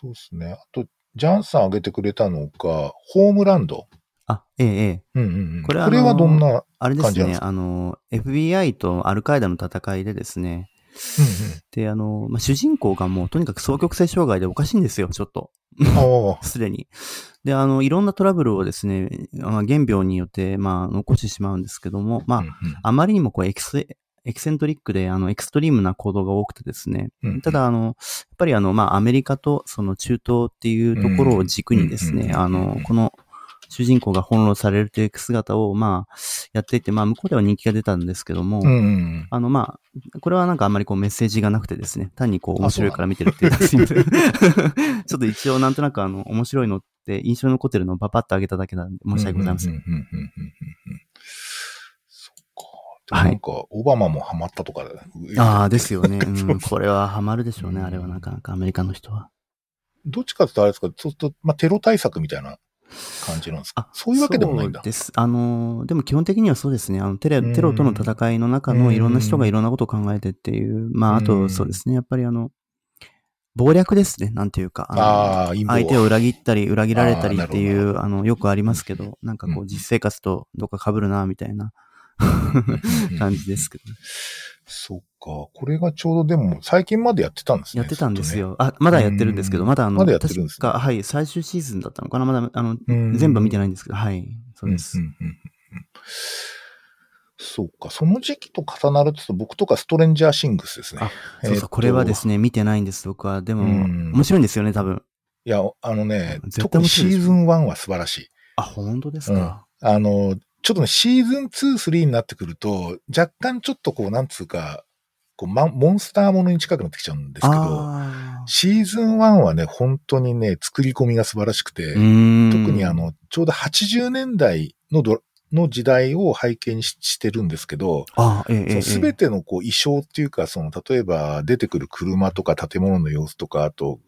そうですね。あと、ジャンさん挙げてくれたのが、ホームランド。
あ、ええええ。
うんうんうん。こ
こ
れ
れ
は
あの
どんな、うんうん、
あれで
感
す
じなんで
ね
す。
あの、FBI とアルカイダの戦いでですね。で、あの、まあ、主人公がもうとにかく双極性障害でおかしいんですよ、ちょっと。
<laughs> あ
すでに。で、あの、いろんなトラブルをですね、まあ、原病によって、まあ、残してしまうんですけども、ま
あ
あ、あまりにもこうエクス、エキセントリックで、あの、エクストリームな行動が多くてですね。
うん
ただ、あの、やっぱりあの、まあ、アメリカとその中東っていうところを軸にです
うん
ね、
うん
あの、この主人公が翻弄されるという姿を、まあ、やっていて、まあ、向こうでは人気が出たんですけども、
うんうん。
あの、まあ、これはなんかあんまりこうメッセージがなくてですね、単にこう面白い
あ
から見てるっていうだけでちょっと一応なんとなくあの、面白いのって印象に残ってるのをパパッと上げただけなんで、申し訳ございません。
うんうんうんうんうんうんうんそっか。
は
で
い
もなんか、オバマもハマったとか、
ああ、ですよね。う、
そうん
これはハマるでしょうね。あれはなかなかアメリカの人は。
どっちかっていうとあれですか、そうすると、まあ、テロ対策みたいな感じなんですか
あ
そういうわけでもないんだ
そう。です。あのー、でも基本的にはそうですね。あの、テレ、
うん
テロとの戦いの中
う
の
ん
いろんな人がいろんなことを考えてっていう。まあ、あ
う
と、
ん
そうですね。やっぱりあの、謀略ですね。なんていうか。あの
ああ、陰謀。
相手を裏切ったり、裏切られたりってい
あー
う、あの、よくありますけど、なんかこ
うん
う、実生活とどっか被るな、みたいな
<laughs>
感じですけど。
そっか。これがちょうどでも、最近までやってたんですね。
やってたんです
ずっ
よ。あ、まだやってるんですけ
う
ど、
ん
まだあの、
まだやってるんですね
確か、はい、最終シーズンだったのかなまだ、あの、
とね。
全部は見て
い
ないんですけど、はい、そうです。
んうんうんうんそうか。その時期と重なると、僕とかストレンジャーシングスですね。
あそうそう、これはです
ね。
ね、見てないんです、僕は。でも、
うん
面白いんですよね、多分。
いや、あのね、
絶
特
対
に
面
シ
白いです
ーズン1は素晴らしい。
あ、本当ですか。
あの、ちょっとね、シーズン2、3になってくると、若干ちょっとこう、なんつうか、こう、ま、モンスターものに近くなってきちゃうんですけど、
あー
シーズン1はね、本当にね、作り込みが素晴らしくて、
うーん
特にあ、の、ちょうど80年代のドラの時代を背景にししてるんですけど、
あええええ、
すべてのこう衣装っていうか、その、例えば出てくる車とか建物の様子とか、あと、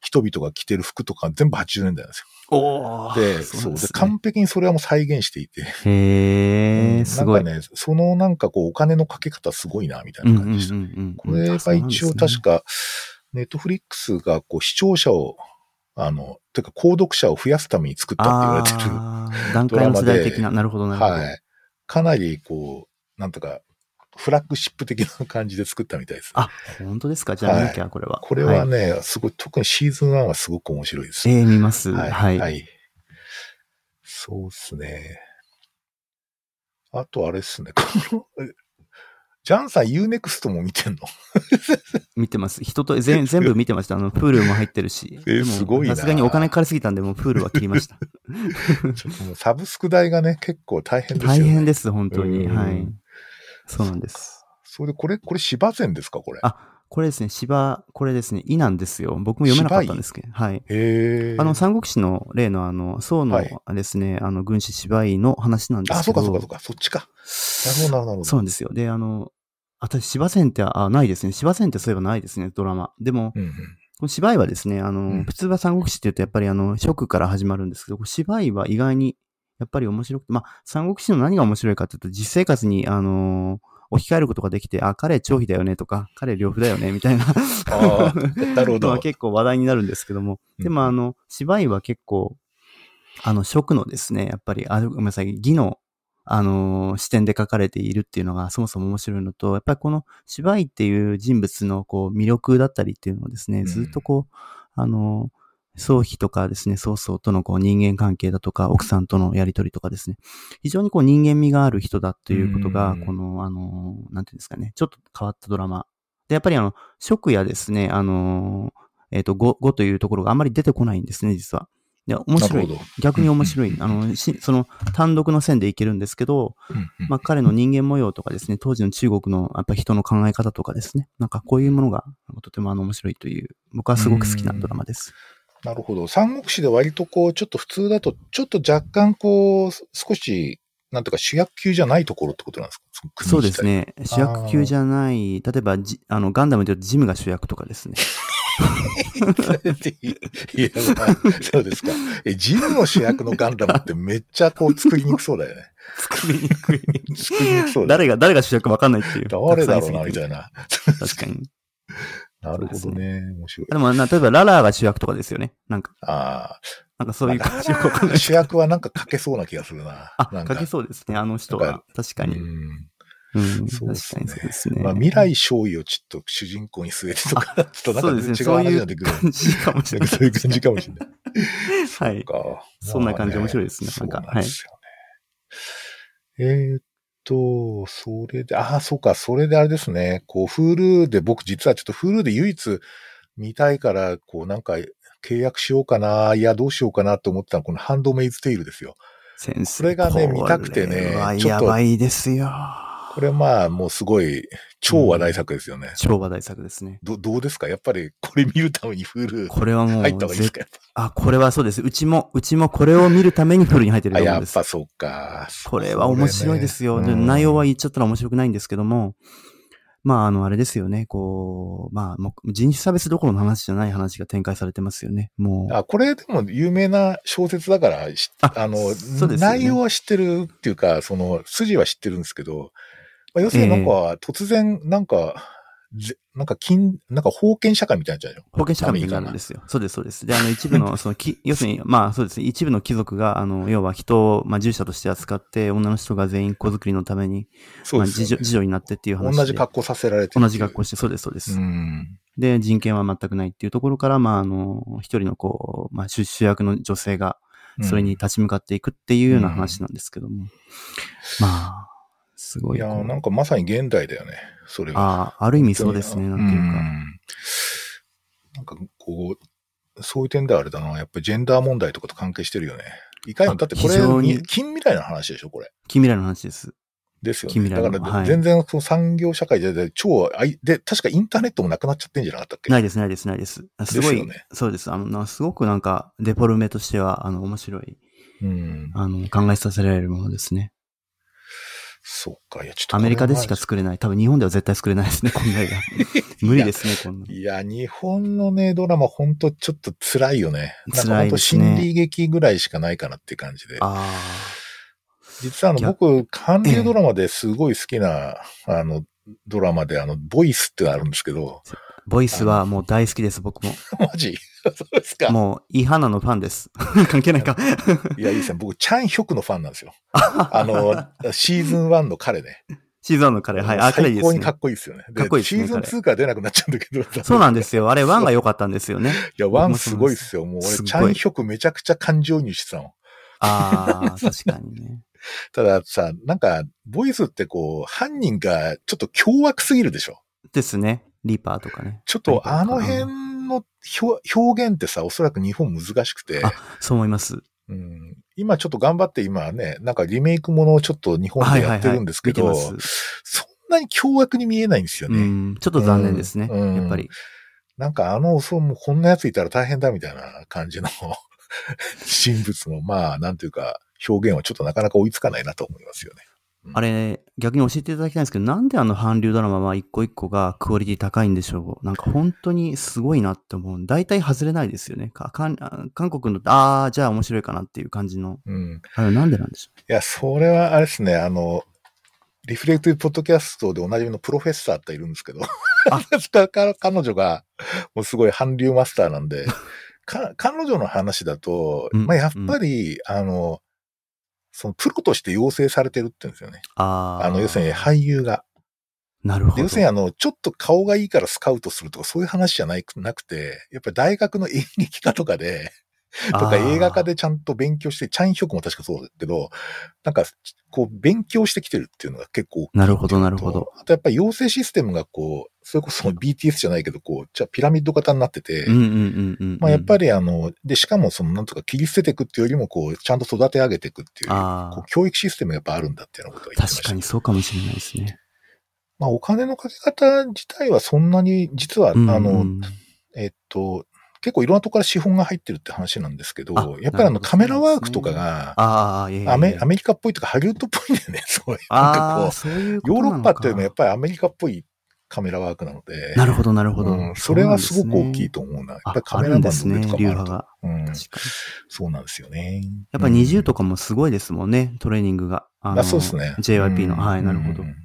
人々が着てる服とか全部80年代なんです
お
よ。
ー
で、
な
そ
ん
う
で
で、
すね
完璧にそれはもう再現していて、
へ
う
え、
ん
すごい。
なんかね、そのなんかこうお金のかけ方すごいな、みたいな感じでした。これが一応確
か。
か、ネットフリックスがこう視聴者を、あの、てか購読者を増やすために作ったって言われてる。
あー段階の世代的な、なるほど、なるほど。
はい。かなりこう、なんとか、フラッグシップ的な感じで作ったみたいです。
あ、本当ですかじゃあ見なきゃ、これは。
これはいね、すごい、特にシーズン1はすごく面白いです。
ええ、見ます。はい。
はい。そうですね。あとあれですね。この、 <laughs> えジャンさん UNEXT も見てんの
<laughs> 見てます。人
<laughs>
と、全全部見てました。あの、プールも入ってるし。
え
でも
すごいな
さすがにお金かかりすぎたんで、もうプールは切り
<laughs>
ました。
ちょっともうサブスク代がね、結構大変ですよね。
大変です、本当に。
うん
はい。そうなんです。
それで、これ、これ芝線ですか、これ。
あこれですね、芝、これですね、イなんですよ。僕も読めなかったんですけど。はい。
へえ。
あの、三国志の例のあの、宋の
はい
ですね、あの、軍師芝居の話なんです
あ、そ
け
う
ど。
かそうかそうか、そっちか。なるほど、なるほどなるほど。
そうなんですよ。で、あの、私、芝線って、あ、ないですね。芝線ってそういえばないですね、ドラマ。でも、
うんうん。
この芝居はですね、あの、
うん
普通は三国志って言うと、やっぱりあの、諸君から始まるんですけど、こう芝居は意外に、やっぱり面白くて、まあ、三国志の何が面白いかっていうと、実生活に、あの置き換えることができて、あ、彼、張飛だよねとか、彼、両夫だよね、みたいな。
あーなるほど
<laughs> のは結構話題になるんですけども。
うん
でも、あの、芝居は結構、あの、食のですね、やっぱり、あ、ごめんなさい、技の、あのー視点で書かれているっていうのがそもそも面白いのと、やっぱりこの芝居っていう人物のこう魅力だったりっていうのをですね、
ん
ずっとこう、あのー、宗妃とかですね、曹操とのこう人間関係だとか、奥さんとのやりとりとかですね、非常にこう人間味がある人だということ
う
が
ん、
この、あのー、なんていうんですかね、ちょっと変わったドラマ。で、やっぱりあの、食やですね、あのー、えっ、と、語、語というところがあんまり出てこないんですね、実は。で、面白
なる
い。
ほど。
逆に面白
う
い。
ん
あの、しその単独の線でいけるんですけど、
うんうん
まあ、彼の人間模様とかですね、当時の中国のやっぱ人の考え方とかですね、なんかこういうものがとてもあの面白いという、僕はすごく好きなドラマです。
なるほど。三国志で割とこう、ちょっと普通だと、ちょっと若干こう、少し、なんとか主役級じゃないところってことなんですかの国
そうで
自
す
体
ね。主役級じゃない、例えばジあの、ガンダムで言うとジムが主役と
<laughs>
かですね。
いや、まあそうですか。え、ジムの主役のガンダムってめっちゃこう作りにくそうだよね。
作りにく <laughs> い。
作りにくそうだよね。
誰が、誰が主役わかんないっていう。
誰だろうな、
たく
み
さ
た
んい
いな。
すぎて確かに。
なるほどね。面白い。
でもな、例えばララーが主役とかですよね。なんか、
あ
なんかそういう感じよくわか
あ。
んない。
主役はなんかかけそうな気がするな。
あ、
なん
かけそうですね。あの人
なん
は。確かに。
うん
うん。確
そ
か
う
に
っす
そ
ね
うですね。
まあ、未来少尉をちょっと主人公に据えてとか、ちょっとな
そうんで
か
す
全
ね。
然違う話
そう
に
い
なって
う
くる。
感じかもしれない。
そういう感じかもしれない。
はい。
か。
<laughs> そんな感じ
まあね
面白いですねなんか
そうなんですよね。えーっと、それで、ああ、そうか、それであれですね。こう、Hulu で、僕実はちょっと Hulu で唯一見たいから、こう、なんか、契約しようかな、いや、どうしようかなと思ってたのはこのハンドメイズテイルですよ。
先生。
これがね
これ
見たくてね
は
ちょっ
や
と
ばいですよ。
これまあ、もうすごい、超話題作ですよね。
超話題作ですね。
どどうですかやっぱり、これ見るために Hulu
これはもう
入った方がいいです
ぜ、
か
あ、これはそうです。うちも、うちもこれを見るためにフルに入ってる
あ、
と思う
や
んで
っ
す
ぱ。そうか。
これは面白いですよ。
そうだ
で
ねうん
内容は言っちゃったら面白くないんですけども、まあ、あの、あれですよね。こう、まあ、もう人種差別どころの話じゃない話が展開されてますよね。もう、
あ、これでも有名な小説だからし、
あ
あの、
そうですよね
内容は知ってるっていうか、その、筋は知ってるんですけど、まあ、要するになんか、突然、なんか、ぜなんか金、なんか封建社会みたいになっちゃう
保険者関係があるんですよ。そうです、そうです。で、あの、一部
<laughs>
の、その、き、要するに、まあ、そうですね。一部の貴族が、あの、要は人を、まあ、従者として扱って、女の人が全員子作りのために、
でそう
まあ、
です
自
よ
助
ね、
自助になってっていう話で。
同じ格好させられて
同じ学校
好
して、そうです、そうです。
うん。
で、人権は全くないっていうところから、まあ、あの、一人のこう、まあ、主主役の女性が、それに立ち向かっていくっていうような話なんですけども。まあ、す
う
ご
ん、
い
いや
こう。
ーなんかまさに現代だよね、それは。
ああ、ある意味そうですね、なんていうか。
うんなんかこう、そういう点ではあれだな、やっぱりジェンダー問題とかと関係してるよね。いかにも、
あ
だってこれ
非常に、
近未来の話でしょ、これ。
近未来の話です。
ですよ
近
ね。
未
だ
来
か
の
ら、
はい
全然その産業社会じゃない超あい、で、確かインターネットもなくなっちゃってんじゃなかったっけ
ないです、ないです、ないです。すご
です
い、
よね
そうです。あの、なすごくなんか、デフォルメとしては、あの、面白い、
うん。
あの、考えさせられるものですね。
そうか。いや、ちょっとこれは。
アメリカでしか作れない。多分日本では絶対作れないです
<laughs>
ね、こんな映画。無理ですね、こんな。
いや、日本のね、ドラマ、ほんとちょっと辛いよね。なんか
辛
ほ
い
んと
ですね
心理劇ぐらいしかないかなっていう感じで。
あ
実はあ
いや
の、僕、韓流ドラマですごい好きな、あの、ドラマで、あの、ボイスってのあるんですけど、
あ、ボイスはもう大好きです、僕も。
マジ <laughs> そうですか。
もう、イハナのファンです。 <laughs> 関係ないか。
いや、いいですね。僕、チャンヒョクのファンなんです
<laughs>
よ。あの、シーズン1の彼ね。
シーズンの彼、はい。あ、彼いい
最高
です
にか
ね。
っこいいですよね。
かっこいいですね
シーズン2から出なくなっちゃうんだけ <laughs> ど。
<laughs> そうなん
い
ですよ。あれ、ワンが良かったんですよね。
や、ワンすごいですよ。もう俺、
すごい
チャンヒョクめちゃくちゃ感情移入してたの。
ああ、確かにね。
たださ、なんか、ボイスってこう、犯人がちょっと凶悪すぎるでしょ。
ですね。リーパーとかね。
ちょっとあ
なん
の
か
辺の表表現ってさ、おそらく日本難しくて、
あそう思います。
うん、今ちょっと頑張って今ね、なんかリメイクものをちょっと日本
は
で
いは
や
い
って
はい。
るんですけ
見て
ど、
ます。
そんなに凶悪に見えないんですよ
う
ね。
ん、ちょっと残念ですね、
うん
やっぱり。
なんかあの、そう、もうこんなやついたら大変だみたいな感
<laughs>
じの人物の、まあ、なんていうか、表現はちょっとなかなか追いつかないなと思いますよね。
あれ、逆に教えていただきたいんですけど、なんであの韓流ドラマは一個一個がクオリティ高いんでしょうなんか本当にすごいなって思う。大体外れないですよね。か韓あ韓国の、ああ、じゃあ面白いかなっていう感じの。
うん。
あれなんでなんでしょ
いや、それはあれですね、あの、リフレクティブポッドキャストでおなじみのプロフェッサーっているんですけど、 <laughs>
あ
彼女が、もうすごい韓流マスターなんで、か彼女の話だと、
うん
まあ、やっぱり、あの、そのプロとして養成されてるって言うんですよね。
うああ。
あの、要するに俳優が。
なるほ
で
ど。
要するにあの、ちょっと顔がいいからスカウトするとかそういう話じゃないなくて、やっぱり大学の演劇科とかで、と
あ
か
ー
映画科でちゃんと勉強して、チャンヒョクも確かそうだけど、なんか、こう、勉強してきてるっていうのが結構大きいっていうのと
なるほどなるほど。
あとやっぱり養成システムがこう、それこそ <laughs> BTS じゃないけど、こう、じゃあピラミッド型になってて、
うんうんうんうんうん。
まあやっぱ
り、
りあの、で、しかもそのなんとか切り捨てていくっていうよりも、こう、ちゃんと育て上げていくっていう、
あ
こう、
あ
教育システムがやっぱあるんだっていうようなことを言ってまし
確
た。
かにそうかもしれないですね。
まあお金のかけ方自体はそんなに、実は、
うんうん
あの、えっと、結構いろんなところから資本が入ってるって話なんですけど
あ、
やっぱりあの
なるほど
カメラワークとかが、
ああ、いやいや
アメア
メ
メリカっぽいとかハリウッドっぽいんだよね、 <laughs> すごい。なんか
あ
こ
あ、そういう
う、ヨーロッパっていうのはやっ
ぱ
ぱりアメリカっぽいカメラワークなので。
なるほど、なるほど。
うん、それはすごく大きい
と。
と思うな。やっ
あ
ぱりカ
あ
メ
る
ラマ
んで
ン
す
の上
ね
とか、
流
もある
派
と。
が。
うん、
確かに。
そうなんですよね。
やっぱ20と
か、
かもすごいですもんね、トレーニングが。あ
あそうですね。
JYP の。
うん
はい、なるほど
うん。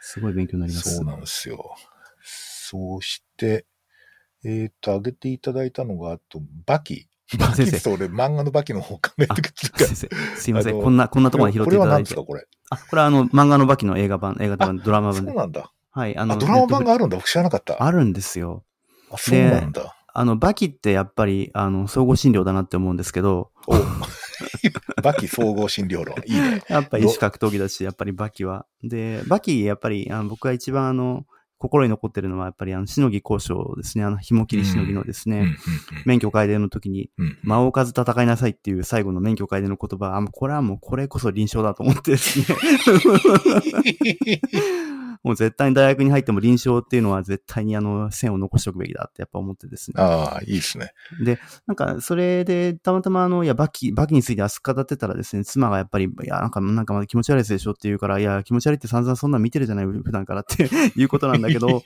すごい勉強になります。
そうなんですよ。そうして、えっ、と、挙げていただいたのが、あと、バキ。バキ
<laughs> 先
っ
生
て俺、漫画のバキの方考えてくれ
先生すいませ
あ
ん。
の
こんな、こんなところに拾ってい
こ
た
れは
だ
何
い
で
て
すか、。これ。
あ、これはあの、漫画のバキの映画版、映画版、ドラマ
そ
版で
う。なんだ。
はい、あ
あ、
の、
ドラマ版
ネット
があるんだ。僕知らなかっ
フリ
た。
あ
あ、
るんですよ。
そうなんだ。
あの、バキってやっぱり、あの、総合診療だなって思うんですけど、
お <laughs> バキ総合診療論。いいね。
<laughs> やっぱり医師格闘技だし、やっぱりバキは。で、バキ、やっぱり、あの僕が一番あの、心に残ってるのは、やっぱりあの、しのぎ交渉ですね。あの、紐切りしのぎのです
う
ね、
んうん
免許改善の時に、
うんうん
間を置かず戦いなさいっていう最後の免許改善の言葉、あ、もうこれはもうこれこそ臨床だと思ってですね。
<laughs>
<laughs> もう絶対に大学に入っても臨床っていうのは絶対にあの線を残しておくべきだってやっぱ思ってですね。
ああ、いいですね。
なんかそれでたまたまあの、いや、バキ、バキについて熱く語ってたらですね、妻がやっぱり、いや、なんか、なんかまだ気持ち悪いやつでしょって言うから、いや、気持ち悪いって散々そんなん見てるじゃない、普段からって <laughs> いうことなんだ
<laughs>
けど、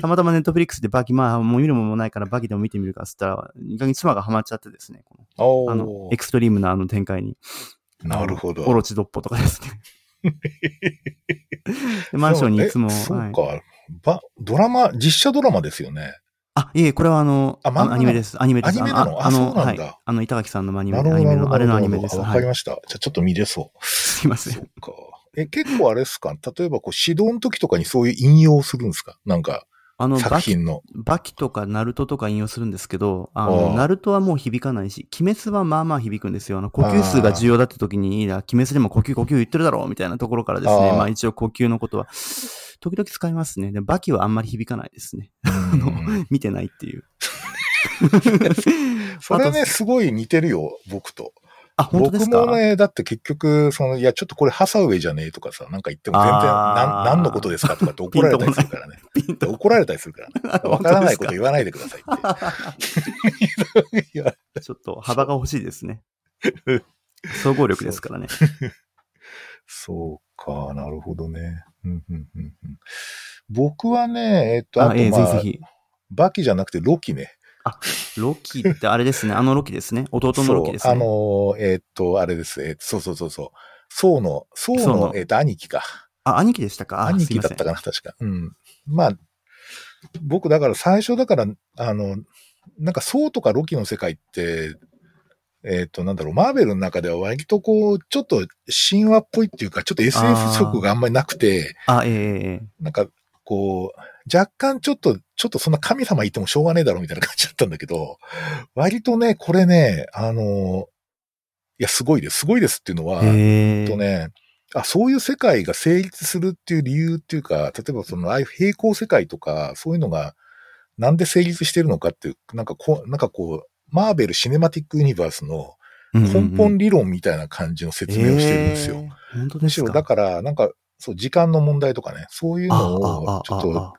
たまたまネットフリックスでバキ、まあもう見るもんもないからバキでも見てみるかっつったら、いかに妻がハマっちゃってですね、この
お
あの
お、
エクストリームなあの展開に。
なるほど。
オロチドッポとかですね。
<laughs>
でマンションにいつも。
えそう
はい
か、ば、ドラマ、実写ドラマですよね。
あ、いえいえ、これはあの、
あ漫画
あ
なの
のアニメです。アニメです。
アニメなの
ああの、
あそうな
は
ん
い
だ。
あの、板垣さんのアニメ、
な
ア
るほ
ニ
ど、な
メ
るほ
の、
ど。
あれのアニメです。
あわ
は
かり
い。
ました。じゃあちょっと見れそ
すいま
う。
せ
そ
ん
う。か。え、結構あれですか例えばこう指導の時とかにそういう引用するんですかなんか、
あの、
作
バキ、
品
<laughs>
の。
バキとかナルトとか引用するんですけど、あ
ああ
の、ナルトはもう響かないし、鬼滅はまあまあ響くんですよ。あの、呼吸数が重要だって時に、いや、鬼滅でも呼吸呼吸言ってるだろうみたいなところからですね、
ああ
まあ一応呼吸のことは、時々使いますね。で、バキはあんまり響かないですね。 <laughs>
うん
見てないっていう。
<laughs> それ
あ
ね、
と
すごい似てるよ、僕と。
あ、本当で
僕
すか
もね、だって結局、その、いや、ちょっとこれハサウェイじゃねえとかさ、なんか言っても全然、な
あ
ん
ー
何のことですかとかって怒られたりするからね。
<laughs> ピンと。
怒られたりするからね。
<laughs>
わからないこと
本
言わないでくださいって。 <laughs> いや、
当ですかちょっと幅が欲しいで
<laughs>
すね。総合力ですからね。
そうか、なるほどね。うんうんうんうん僕はね、えっと、あ
あ、
と、
ええ、
ま
ぜ
あ、
ひぜ
バキじゃなくてロキね。
ひ。ロキってあれですね。あのロキですね。弟のロキです
そう、あ
ね。
のー、えっと、あれです。えっとそうそうそうそう。そうの、そう
ソウ
の、
の
えっと、兄貴か。
あ、兄貴でしたかあ、
兄
すい
貴
ま
だ
せ
っ
ん
た。かな、確か。うん。まあ、僕、だから最初だから、あの、なんか、そうとかロキの世界って、えっ、と、なんだろう、マーベルの中では割とこう、ちょっと神話っぽいっていうか、ちょっと SF 色があんまりなくて、
あ、ええええええ。
なんか、こう、若干ちょっと、ちょっとそんな神様いてもしょうがねえだろみたいな感じだったんだけど、割とね、これね、あの、いや、すごいです。すごいですっていうのは、
へえ
とね、あ、そういう世界が成立するっていう理由っていうか、例えばその、ああいう平行世界とか、そういうのが、なんで成立してるのかっていう、なんかこう、なんかこう、マーベル・シネマティック・ユニバースの根本理論みたいな感じの説明をしてるんですよ。。
うんうんうんええ本当
む
で
し
す
ろ、だ
か
から、なんか、そう、時間の問題とかね、そういうのを、ちょっと、
あ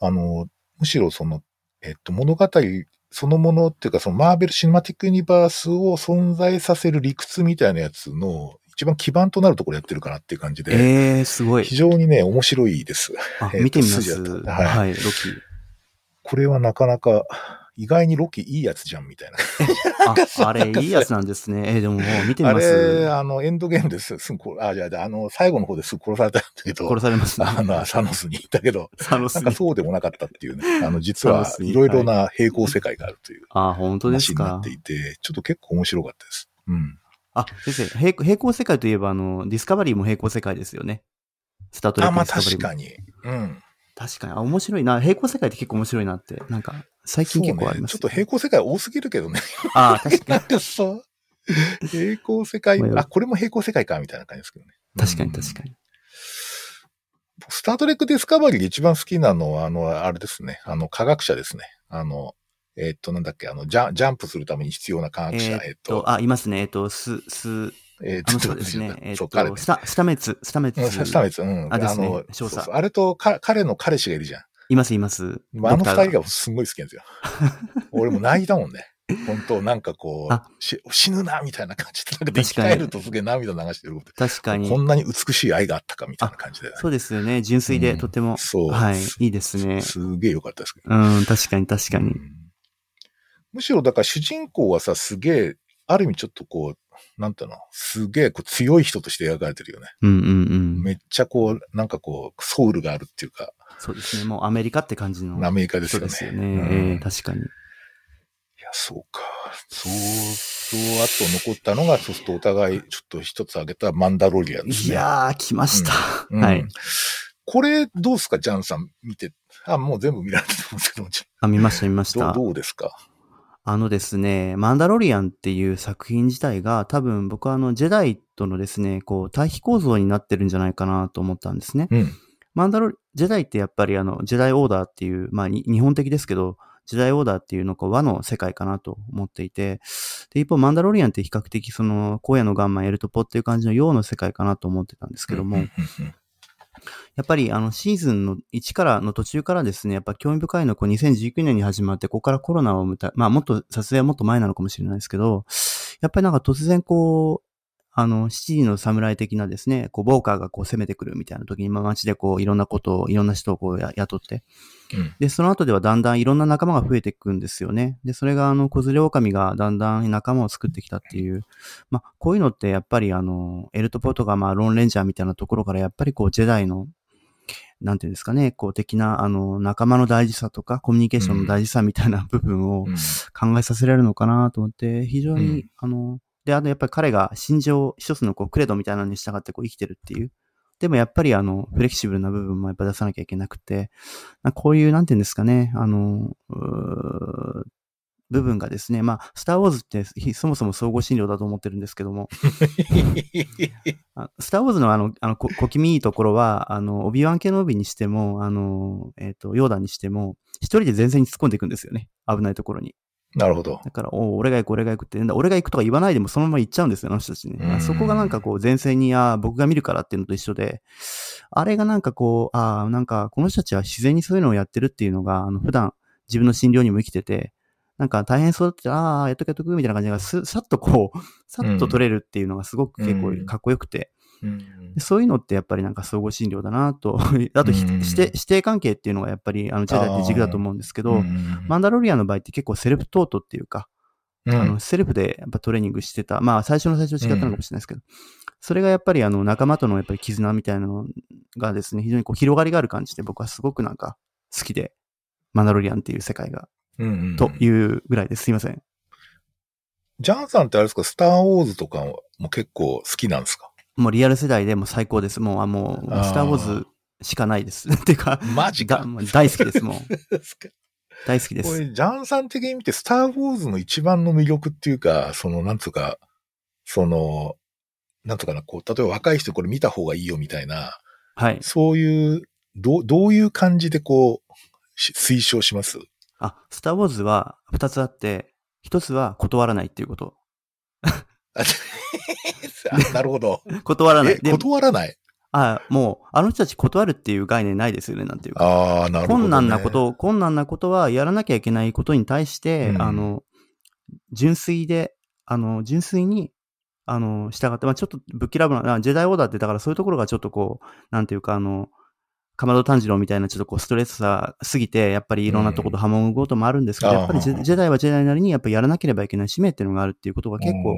あの、むしろその、えっと、物語そのものっていうか、そのマーベル・シネマティック・ユニバースを存在させる理屈みたいなやつの一番基盤となるところやってるかなっていう感じで、
ええ、すごい
非。常にね、面白いです。
あ、
えーと
見てみま
筋
す。
だったはい
はい、ロキ。
<laughs> これはなかなか、意外にロキいいやつじゃんみたいな。
あ、あれ、いいやつなんですね。ええ、でも、見てみ
あ
ます。
れ、あの、エンドゲームです。すぐこ、あ、じゃあ、あの、最後の方ですぐ殺されたんだけど
殺、されますね。
あの、サノスに行ったけど、
サノス
なん
に
かそうでもなかったっていうね、あの、実
サノ
は
スに
いろいろな平行世界があるという
あ、本当で
話
す
になっ
か
て。いて、ちょっと結構面白かったです。うん。
あ、先生、平行平行世界といえば、あの、ディスカバリーも平行世界ですよね。スタートレッ
あ、
ク
ま
デ
あ
ィスカバリー
確
も。
かに。うん。
確かに。あ、面白いな。平行世界って結構面白いなって。なんか、最近結構あります
そうねちょっ
よ
と
ね、
平行世界多すぎるけどね。 <laughs>
あ確か
なんかそう。平行世界
ま、あ
あ、これも平行世界か、みたいな感じですけどね。
に。確かに、確かに。
スタートレックディスカバリーで一番好きなのは、あの、あれですね。あの、科学者ですね。あの、えっと、なんだっけ、あの、ジャンジャンプするために必要な科
え
学者。え
ー
っと、
あ、いますね。えっと、す、す、
えっ
あ
と、
の人ですね。えっ
そう、
と、
彼ね。
スタ、スタメツ、スタメツ
うん、。スタメツ、うん。
あですね
の、
少佐
そうそうあれとか、彼の彼氏がいるじゃん。
います、います。
まあ、あの
ド
二
クター
人がすんごい好きなんで
<laughs>
すよ。俺も泣いたもんね。本当なんかこ
あ
う、し死ぬな、みたいな感じで、なんかで生き返るとすげえ涙流してること
確かに
こ。んなに美しい愛があったか、みたいな感じで、
そうですよね。純粋
う
で、
ん
とても。
そう。
はい
す。
いいですね。
すげえ良かったですけど。
うん、確かに、確かに
う。んむしろ、だから主人公はさ、すげえ、ある意味ちょっとこう、なんていうの、すげえこう強い人として描かれてるよね。
うん、うん、うん。
めっちゃこう、なんかこう、ソウルがあるっていうか、
そうですね。もうアメリカって感じの。
アメリカです
そう
よね。
ですよ
うん
ね。ええ、確かに。
いや、そうか。そうそう、あと残ったのが、そうするとお互いちょっと一つ挙げたマンダロリアンです
い
ね。
やー、来ました。
うん
はい。
これ、どうですか、ジャンさん見て。あ、もう全部見られてると思うんですけどもち
あ、見ました、見まし
ろん、
た。
どうどうですか
あのですね、マンダロリアンっていう作品自体が多分僕はあのジェダイとのですね、こう対比構造になってるんじゃないかなと思ったんですね。
うん。
マンダロリ、ジェダイってやっぱりあのジェダイオーダーっていう、まあに日本的ですけど、ジェダイオーダーっていうのこう和の世界かなと思っていて、で、一方マンダロリアンって比較的その荒野のガンマンエルトポっていう感じの洋の世界かなと思ってたんですけども、
うんうんうん
やっぱりあのシーズンの1からの途中からですね、やっぱ興味深いのはこう2019年に始まって、ここからコロナを迎え、まあもっと撮影はもっと前なのかもしれないですけど、やっぱりなんか突然こう、あの、七人の侍的なですね、こう、ボーカーがこう攻めてくるみたいな時に、まあ街でこう、いろんなことを、いろんな人をこうや雇って、
うん
で、その後ではだんだんいろんな仲間が増えていくんですよね。で、それがあの、子連れ狼がだんだん仲間を作ってきたっていう。まあ、こういうのってやっぱりあの、エルトポとかまあ、ロンレンジャーみたいなところからやっぱりこう、ジェダイの、なんていうんですかね、こう、的なあの、仲間の大事さとか、コミュニケーションの大事さみたいな部分を
うん
考えさせられるのかなと思って、非常に、
うん
あの、で、あとやっぱり彼が心情、一つのこう、クレドみたいなのに従ってこう、生きてるっていう。でもやっぱりあの、フレキシブルな部分もやっぱ出さなきゃいけなくて、なんかこういう、なんていうんですかね、あの、うー部分がですね、まあ、スター・ウォーズってひそもそも総合診療だと思ってるんですけども、あスター・ウォーズのあの、あの、こ小気味いいところは、あの、オビワン系の帯にしても、あの、えっ、と、ヨーダにしても、一人で前線に突っ込んでいくんですよね。危ないところに。
なるほど。
だから、おう俺が行く、俺が行くって、俺が行くとか言わないでもそのまま行っちゃうんですよ、あの人たちね。
うん
そこがなんかこう、前線に、ああ、僕が見るからっていうのと一緒で、あれがなんかこう、ああ、なんかこの人たちは自然にそういうのをやってるっていうのが、あの、普段自分の診療にも生きてて、なんか大変そうだって、ああ、やっとくやっとくみたいな感じがす、さっとこう、さっと取れるっていうのがすごく結
う
構
ん
かっこよくて、
うん
でそういうのってやっぱりなんか総合診療だなと、 <laughs> あとひ
うん
指定、指定関係っていうのがやっぱりあのジェダイって軸だと思うんですけど、マンダロリアンの場合って結構セルフトートっていうか、
うん
あのセルフでやっぱトレーニングしてた、まあ最初の最初と違ったのかもしれないですけど、それがやっぱりあの仲間とのやっぱり絆みたいなのがですね、非常にこう広がりがある感じで僕はすごくなんか好きで、マンダロリアンっていう世界が、
うんうん
というぐらいです。すいません。
ジャンさんってあれですか、スターウォーズとかも結構好きなんですか
もうリアル世代でもう最高です。もう、あ、もう、
あー
スターウォーズしかないです。 <laughs> っていうか、
マジか
だもう大好きです、もう。
<laughs>
大好きで
こ <laughs>
す。
れ、ジャンさん的に見て、スター・ウォーズの一番の魅力っていうか、その、なんつうか、その、なんつうかな、こう、例えば若い人これ見た方がいいよみたいな、
はい。
そういう、どう、どういう感じでこう、し推奨し
<laughs>
ます
あ、スターウォーズは二つあって、一つは断らないっていうこと。
ああなるほど。
断らな
え
い。、で、
断らない
あ、もう、あの人たち断るっていう概念ないですよね、なんていうか。
ああ、なるほど、ね。
困難なこ。と、困難なことはやらなきゃいけないことに対して、
うん
あの、純粋で、あの、純粋に、あの、従って、まあちょっとぶっきらぼうな、あジェダイオーダーって、だからそういうところがちょっとこう、なんていうか、あの、かまど炭治郎みたいなちょっとこうストレスさすぎて、やっぱりいろんなところと波紋をこともあるんですけど、
うん
やっぱりジ
あ
ェ
あ
ジェダイはジェダイなりにやっぱりやらなければいけない使命っていうのがあるっていうことが結構、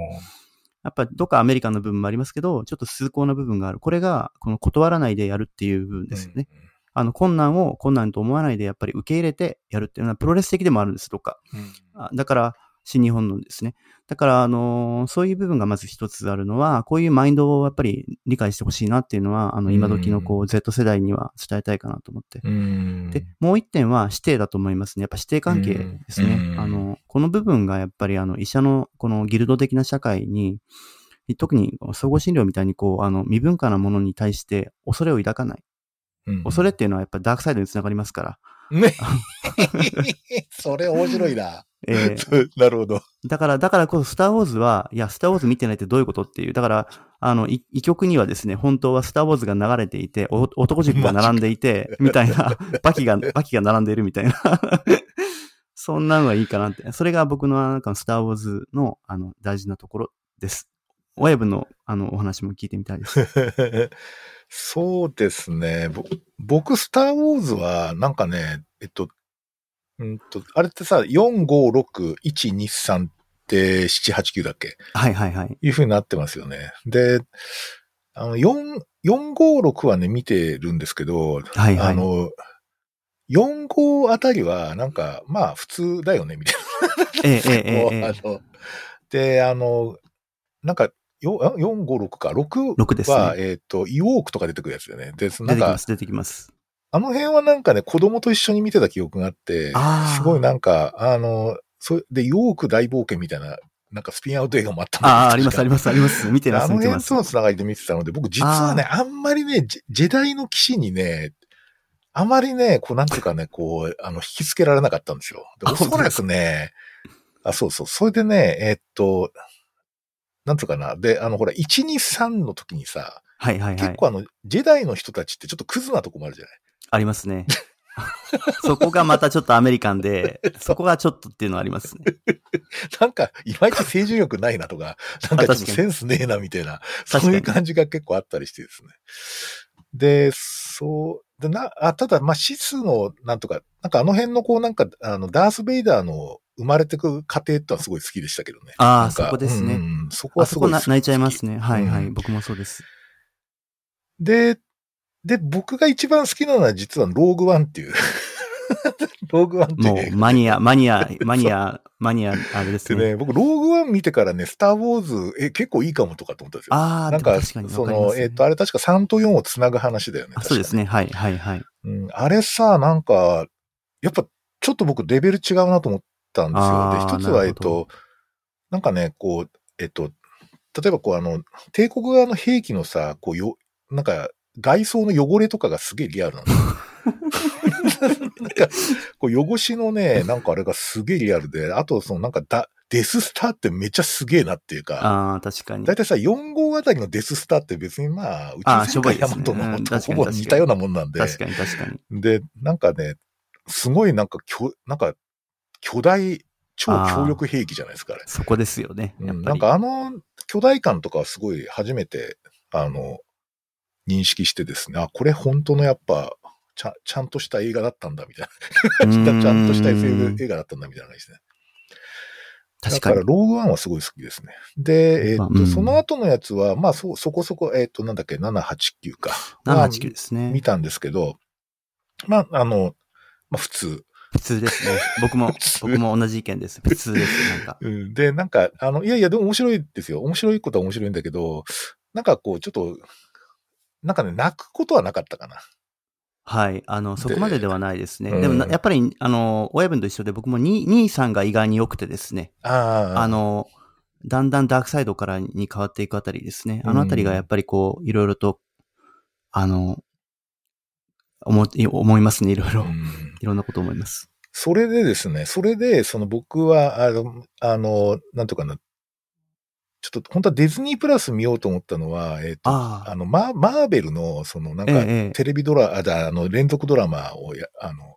やっぱどっかアメリカンの部分もありますけど、ちょっと崇高な部分がある。これが、この断らないでやるっていう部分
うん
ですよね。。あの、困難を困難と思わないで、やっぱり受け入れてやるっていうのは、プロレス的でもあるんです、とか。
うん
あだから、新日本のですね。だから、あのーそういう部分がまず一つあるのは、こういうマインドをやっぱり理解してほしいなっていうのは、あの、今時のこう、Z 世代には伝えたいかなと思って。
うん。
で、もう一点は指定だと思いますね。やっぱ指定関係ですね。
うんうん
あの、この部分がやっぱりあの、医者のこのギルド的な社会に、特に総合診療みたいにこう、あの、未文化なものに対して恐れを抱かない。
うん
恐れっていうのはやっぱダークサイドにつながりますから。
ね。
<laughs>
それ面白いな。
えー
<laughs> なるほど。
だから、だからこそ、スター・ウォーズは、いや、スター・ウォーズ見てないってどういうことっていう。だから、あの、い異曲にはですね、本当はスター・ウォーズが流れていて、お男塾が並んでいて、みたいな、バキが、バキが並んでいるみたいな。 <laughs> そんなのはいいかなって。それが僕の、なんか、スター・ウォーズの、あの、大事なところです。親分の、あの、お話も聞いてみたいです。
<laughs> そうですね。ぼ僕、スター・ウォーズは、なんかね、えっと、うんと、あれってさ、4、5、6、1、2、3って7、8、9だっけ
はいはいはい。
いう風になってますよね。で、あの、4、4、5、6はね、見てるんですけど、
はいは
あ
い。
の、4、5あたりは、なんか、まあ、普通だよね、みたいな。
ええええ
<laughs>
えええ
あ
え
ので、あの、なんか、よあ4、5、6か。6
6です
は、
ね。
えっ、と、イウォークとか出てくるやつだよね。で、なん
出てきま
か、
す、出てきます。
あの辺はなんかね、子供と一緒に見てた記憶があって、
あー
すごいなんか、あの、そで、イウォーク大冒険みたいな、なんかスピンアウト映画もあったんだよね
ああ、あります、あります、あります。見てま
あ
す、
の
見てま
辺
す
と。のつながりで見てたので、僕実はね、あんまりね、ジェジェダイの騎士にね、あまりね、こう、なんていうかね、こう、 <laughs> あの、引きつけられなかったんですよ。で
あ
おそ
本当
ら
で
くね、あ、そうそう、それでね、えーっと、なんていうかな、で、あの、ほら、1、2、3の時にさ、
はいはいは
結
い。
構あの、ジェダイの人たちってちょっとクズなとこもあるじゃない
ありますね。 <laughs> そこがまたちょっとアメリカ
<laughs>
ンで、そこがちょっとっていうのはありますね。
なんか、いまいち清純力ないなと
<laughs>
か、なんかちょっと
確かに
センスねえなみたいな、
確かに
そういう感じが結構あったりしてですね。で、そう、でなあただ、まあ、シスの、なんとか、なんかあの辺のこう、なんか、あの、ダース・ベイダーの生まれてく過程ってのはすごい好きでしたけどね。
あ
な
あ、
んか
そこです
うん
ね。
うんそこ
あ
は
そ
す
こ
ごい
な
好き
泣いちゃいますね。はいは
う
い。
ん
僕もそうです。
で、で、僕が一番好きなのは実はローグワンっていう。 <laughs> ローグワンっていう
もうマニア、マニア、マニア、マニア、あれです
で
ね。
ね、僕、ローグワン見てからね、スター・ウォーズ、え、結構いいかもとかと思ったんですよ。
ああ、
なん
でも
か、
確かに
そ
わかりま
の、
すね
えっ、と、あれ確か3と4をつなぐ話だよね。
あそうですね。はいはいはい。
確かに。うん、あれさ、なんか、やっぱ、ちょっと僕、レベル違うなと思ったんです
あー
よ。で、一つは、え
な
っ
るほど
と、なんかね、こう、えっと、例えばこう、あの、帝国側の兵器のさ、こう、よ、なんか、外装の汚れとかがすげえリアルなん
<laughs>
ですよ。なんか、こう、汚しのね、なんかあれがすげえリアルで、あと、その、なんか、だ、デススターってめっちゃすげえなっていうか、
ああ、確かに
大。体さ、4号あたりのデススターって別にまあ、宇宙戦艦ヤマト
あしょぼいですねう
の
ん
と
確か
ほ
に
ぼ似たようなもんなんで、
確かに確かに。
で、なんかね、すごいなんか巨、なんか、巨大、超強力兵器じゃないですか、あれ。
そこですよね。や
う
っ
ん、な
ぱ
ん
り。
かあの巨大感とかはすごい初めて、あの、認識してですね、あ、これ本当のやっぱ、ちゃんちゃんとした映画だったんだみたいな、ちゃんとした
うー
SF
ん
映画だったんだみたいな感じですね。
確
だ
か
か
に
ら、。ローグワンはすごい好きですね。で、えっ、
まあ
と、
うん
その後のやつは、まあ、そ、そこそこ、えっ、と、なんだっけ、789か。
789です
まあ見
ね。
たんですけど、まあ、あの、まあ、普通。
普通ですね。僕も
<laughs> 普通、
僕も同じ意見です。普通です。なんか。
うんで、なんか、あの、いやいや、でも面白いですよ。面白いことは面白いんだけど、なんかこう、ちょっと、なんかね、泣くことはなかったかな。
はい。あの、そこまでではないですね。
うん
でもな、やっぱり、あの、親分と一緒で僕も2、2、3が意外に良くてですね。
ああ、
あの、だんだんダークサイドからに変わっていくあたりですね。あのあたりがやっぱりこう、いろいろと、あの、思い、思いますね。いろいろ
う。ん
いろんなこと思います。
それでですね、それで、その僕は、あの、あのなんとかな、ちょっと本当はディズニープラス見ようと思ったのは、えっ、と、
ああ
あの、マーマーベルの、その、なん
ええ
か、
ええ、
テレビドラ、あだあの、連続ドラマをや、あの、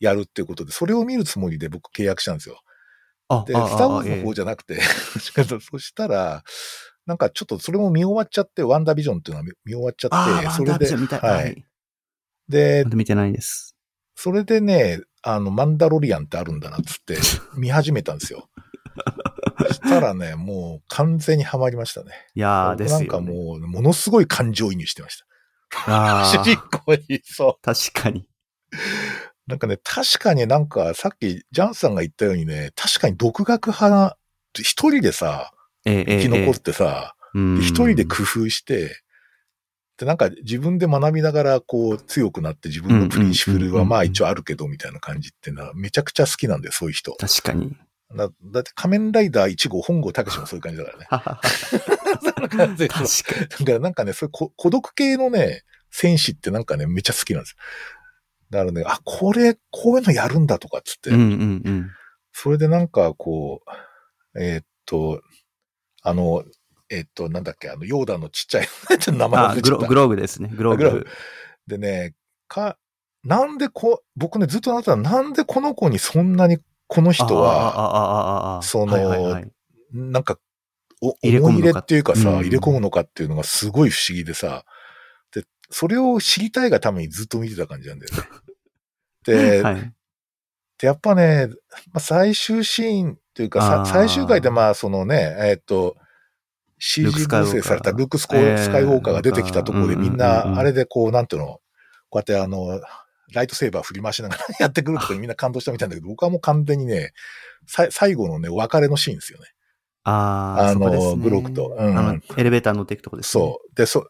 やるっていうことで、それを見るつもりで僕契約したんですよ。
あ
で、
ああ
スターウォーズ
ええ
の方じゃなくて、 <laughs> そしたら、なんかちょっとそれも見終わっちゃって、ワンダービジョンっていうのは見見終わっちゃ
あ
っ
あ、
て、
ワ
そ
ン
れ
ダービ
で
ジョン見たい。、
は。
はいい。
で
ま、だ見てないです。
それでね、あの、マンダロリアンってあるんだなっつ
<laughs>
って、見始めたんですよ。そしたらね、もう完全にはまりましたね。
いやー
僕
で
な
す
んか
よ、ね。
もう、ものすごい感情移入してました。
あ
<laughs> 主人
あ、
公に、そう。
確かに。
なんかね、確かになんか、さっきジャンさんが言ったようにね、確かに独学派な、一人でさ、
ええ、え
生
え
き残っ
え
てさ、
えうん
で一人で工夫して、で、なんか自分で学びながら、こう、強くなって自分のプリンシプルはまあ一応あるけど、みたいな感じってのは、めちゃくちゃ好きなんだよ、そういう人。
確
<laughs>
かに。
だだって仮面ライダー1号、本郷武史もそういう
<laughs>。
感じだからね
確か
<laughs> だからなんかね、そういうこ孤独系のね、戦士ってなんかね、めっちゃ好きなんですよ。だからね、あ、これ、こういうのやるんだとかっつって、
うんうんうん。
それでなんかこう、えーっと、あの、えーっと、なんだっけ、あの、ヨーダのちっちゃい、ちょっと名前忘
あ、
れ
グ
ちゃ
ロ
った
グローブですね。グロー
グロー
ブ
ブ。でね、か、なんでこ、僕ね、ずっとなったら、なんでこの子にそんなに、この人は、
は
その
はいはいはい、
なんか、お
入れ込むのか
思い入れっていうかさ、
うん
入れ込むのかっていうのがすごい不思議でさ、で、それを知りたいがためにずっと見てた感じなんだよ
<laughs>
ね。で、
はい
でやっぱね、まあ、最終シーンというか、さ
あー
最終回でまあ、そのね、えーっと、
ルーク
CG
スカイウ
合
ォーカー
成されたルークスコ
えー
スカイウォーカーが出てきたところで
うんうん
み
うんうん
んな、あれでこう、なんていうの、こうやってあの、ライトセーバー振り回しながらやってく
<laughs>
るとこにみんな感動したみたいなんだけど、僕はもう完全にね、さい最後のね、お別れのシーンですよね。
あー
あ
そ
の
こですね
グローブとうん
あのエレベーター乗っていくとこですね。
そう。で、そ、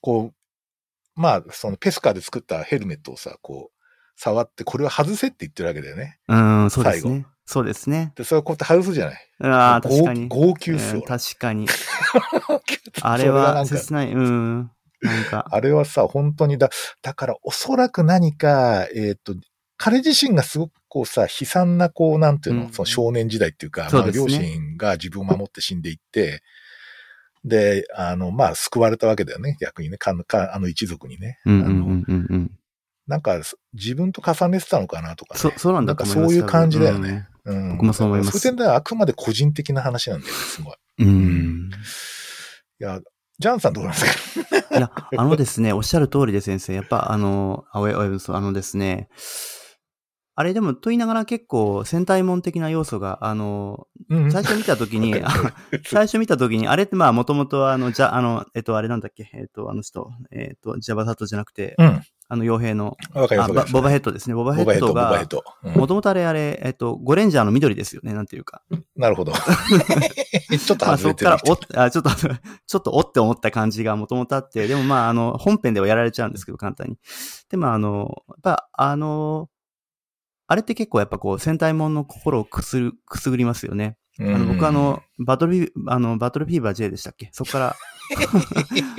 こう、まあ、そのペスカーで作ったヘルメットをさ、こう、触って、これは外せって言ってるわけだよね。
う。うん、そうですね。そうですね。
で、それをこうやって外すじゃない。
ああ、
も
確
う
かに。
号泣っす
う
よ
ん。確
<laughs>
かに。あ
あ
れ
れ
は
は、それがなんか
切ない。うん。なんか。
あれはさ、本当にだ、だからおそらく何か、えっ、と、彼自身がすごくこうさ、悲惨なこう、なんていうの、
うん
その少年時代っていうか、
そう
まあ、
ですね
両親が自分を守って死んでいって、で、あの、まあ、救われたわけだよね、逆にね、かんかあの一族にね。
うんうんうんうんうん。
なんか、そ自分と重ねてたのかなとか、ね。
そそうなんだと思います
なんかそういう感じだよね。うん
僕もそう思いま
そう
す
いう点ではあくまで個人的な話なんだよね、すごい。
うん。うん
いや、ジャンさんどうなんですか
いや、あのですね、おっしゃる通りで先生、やっぱあの、あおやおやぶそうあのですね、あれでもと言いながら結構戦隊門的な要素が、あの、
うん
最初見たと
<laughs>
き
わ
に、
かる
あ <laughs> 最初見たときに、あれってまあもともとあの、じゃ、あの、えっと、あれなんだっけ、えっと、あの人、えっと、ジャバサットじゃなくて、
うん。
あの、傭兵の、
わかりま
あ
す。
ばボバヘ
ッ
ッドですね、ボバヘ
ボバヘッ
ッ
ド、
ド
ボバヘッ
が、
ド。うん
もともとあれあれ、えっと、ゴレンジャーの緑ですよね、なんていうか。
なるほど。 <laughs> ちょっと
ま
外
あそ
れ
って
る
から。おっ、あちょっと、 <laughs> ちょっとおって思った感じがもともとあって、でもまああの、本編ではやられちゃうんですけど、簡単に。でもあの、やっぱあの、あれって結構やっぱこう、戦隊門の心をくすぐくすぐりますよね。
あ、
あの僕あ、の、バトルフィー、あの、バトルフィーバー J でしたっけそっから、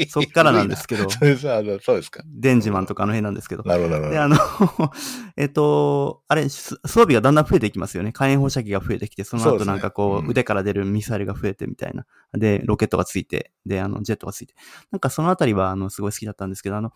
そっからなんですけど
それさあのそうですか。
デンジマンとかあの辺なんですけど。
なるほど、なるほ
で、
ど。
あの、 <laughs> えっと、あれ、す装備がだんだん増えていきますよね。火炎放射器が増えてきて、その
そうで
後
すね
なんかこ
う
う、
ん
腕から出るミサイルが増えてみたいな。で、ロケットがついて、で、あの、ジェットがついて。なんかそのあたりは、あの、すごい好きだったんですけど、あの、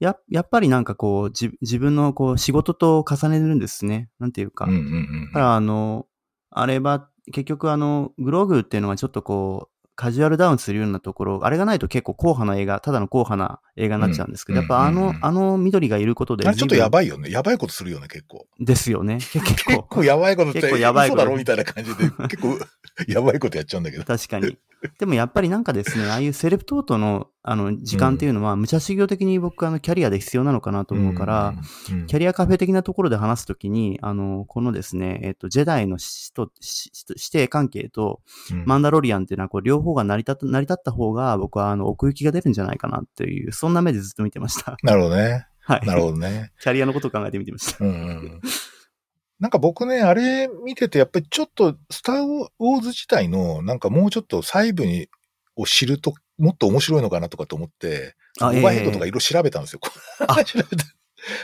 や、やっぱりなんかこう、じ自分のこう、仕事と重ねるんですね。なんていうか。
うんうんうん
だからあの、あれは、結局あの、グローグっていうのはちょっとこう、カジュアルダウンするようなところ、あれがないと結構硬派な映画、ただの硬派な映画になっちゃうんですけど、
うん
やっぱあ
うんう
の
んう、ん
あの緑がいることで
あれ、ちょっとや
い。
ばいよね。やばいことするよね、結構。
です
<laughs>
よね。結
結
構。
構やばいことって、
結構やばいこ
嘘
と
だろみたいな感じで、結構やばいことやっちゃうんだけど。
確かに。でもやっぱりなんかですね、ああいうセレブトートの、あの、時間っていうのは、無茶修行的に僕、あの、キャリアで必要なのかなと思うから、
うん、うん
キャリアカフェ的なところで話すときに、あの、このですね、えっと、ジェダイの死と、死死定関係と、
うん
マンダロリアンっていうのは、こう、両方が成り立った、成り立った方が、僕は、あの、奥行きが出るんじゃないかなっていう、そんな目でずっと見てました。 <laughs>
なるほどね。
はい。
なるほどね。
キャリアのことを考えてみてました。
うんうんうんなんか僕ね、あれ見てて、やっぱりちょっと、スター・ウォーズ自体の、なんかもうちょっと細部にを知ると、もっと面白いのかなとかと思って、
<laughs> あ
オーバーヘッドとかいろいろ調べたんですよ。 <laughs>
あ
調べた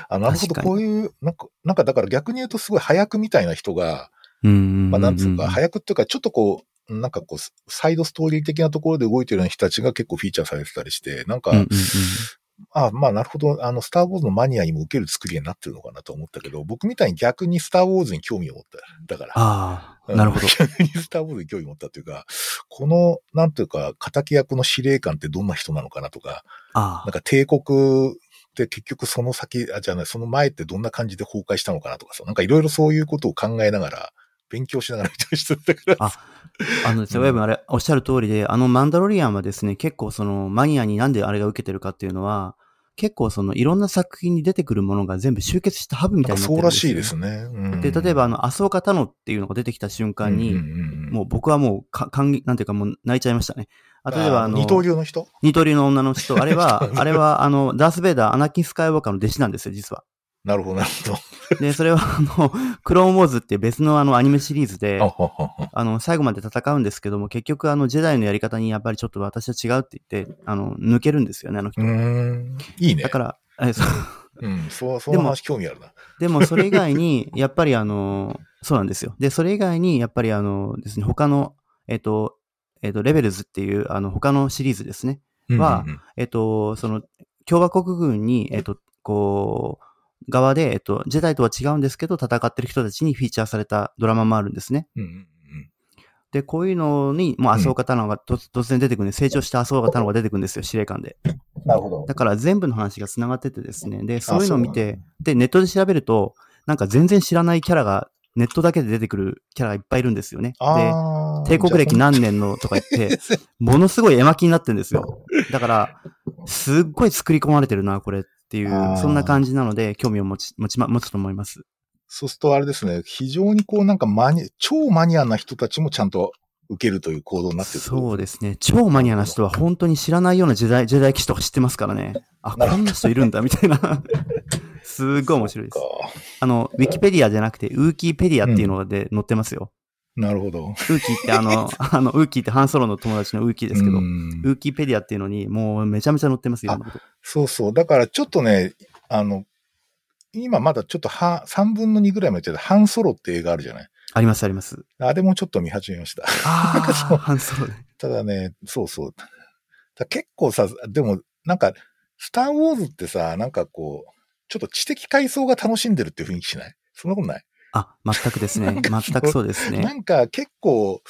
あなるほど、
確かに
こういう、なんか、なんかだから逆に言うとすごい早くみたいな人が、
うんうんうんうん。
まあなんつうか、早くっていうか、ちょっとこう、なんかこう、サイドストーリー的なところで動いてるような人たちが結構フィーチャーされてたりして、なんか、
うんうんうん
あまあ、なるほど。あの、スター・ウォーズのマニアにも受ける作りになってるのかなと思ったけど、僕みたいに逆にスター・ウォーズに興味を持った。だから。
ああ、なるほど。
逆にスター・ウォーズに興味を持ったっていうか、この、なんていうか、敵役の司令官ってどんな人なのかなとか、
あ
なんか帝国って結局その先、あ、じゃない、その前ってどんな感じで崩壊したのかなとかさ、なんかいろいろそういうことを考えながら、勉強しながら見たりしてたから。
ああのですね、親分あれ、おっしゃる通りで、あの、マンダロリアンはですね、結構その、マニアになんであれが受けてるかっていうのは、結構その、いろんな作品に出てくるものが全部集結したハブみ
な
た
ん
い
か
になって
そう
る
ん
で
ら
す
し
よ
いですね。うん
で、例えばあ、の、アソーカタノっていうのが出てきた瞬間に、もう僕はもう、か、感激、なんていうかもう泣いちゃいましたね。あ、
うん、
例えばあの、
二刀流の人、
二刀流の女の人、あれ
<laughs>
はあれはあの、ダース・ベイダー、アナキン・スカイウォーカーの弟子なんですよ、実は。
なるほど、なるほ
で、それはあの、クローンウォーズって別のあのアニメシリーズで
ど。あ、ははは
あの、最後まで戦うんですけども、結局あの、ジェダイのやり方にやっぱりちょっと私は違うって言って、あの、抜けるんですよね、あの人
う。ーん。いいね
だ。から、えそう
うん。そう、その
でも
話興味あるな。
でもそれ以外に、やっぱりあの、そうなんですよ。で、それ以外に、やっぱりあのですね、他の、えっと、えっと、レベルズっていう、あの、他のシリーズですね。は
うんうんうん
えっと、その、共和国軍に、えっと、こう、側で、えっと、ジェダイとは違うんですけど、戦ってる人たちにフィーチャーされたドラマもあるんですね。
うんうんうん。
で、こういうのに、もう麻生方のがと突然出てくるんで、成長した麻生方のが出てくるんですよ、司令官で。
なるほど。
だから全部の話が繋がっててですね。で、そういうのを見て、で、ネットで調べると、なんか全然知らないキャラが、ネットだけで出てくるキャラがいっぱいいるんですよね。で、
ああ。
帝国歴何年のとか言 <laughs> って、ものすごい絵巻になってるんですよ。だから、すっごい作り込まれてるな、これってい
あー
う、そんな感じなので、興味を持ち、持ちま、持つと思います。
そうするとあれですね、非常にこうなんかマニ、超マニアな人たちもちゃんと受けるという行動になってる。
そうですね。超マニアな人は本当に知らないような時代、時代騎士とか知ってますからね。あ、こんな人いるんだ、みたい
<laughs>
な。すっごい面白いで
か。。
すあの、ウィキペディアじゃなくて、ウーキーペディアっていうので載ってますよ。
なるほど。
ウーキーって
<laughs>
あの、あの、ウーキーってハンソロの友達のウーキーですけど、
う
ウ
ん
ーキーペディアっていうのに、もうめちゃめちゃ載ってますよ。
あそうそう。だからちょっとね、あの、今まだちょっとは3分の2ぐらいまでやってた、ハンソロって映画あるじゃない。
あります、あります。
あれもちょっと見始めました。
ああ、ハンソロね。
ただね、そうそう。だ結構さ、でもなんか、スター・ウォーズってさ、なんかこう、ちょっと知的階層が楽しんでるって雰囲気しないそんなことない
あ、全くですね。全くそうです
な
ね。
んか結構、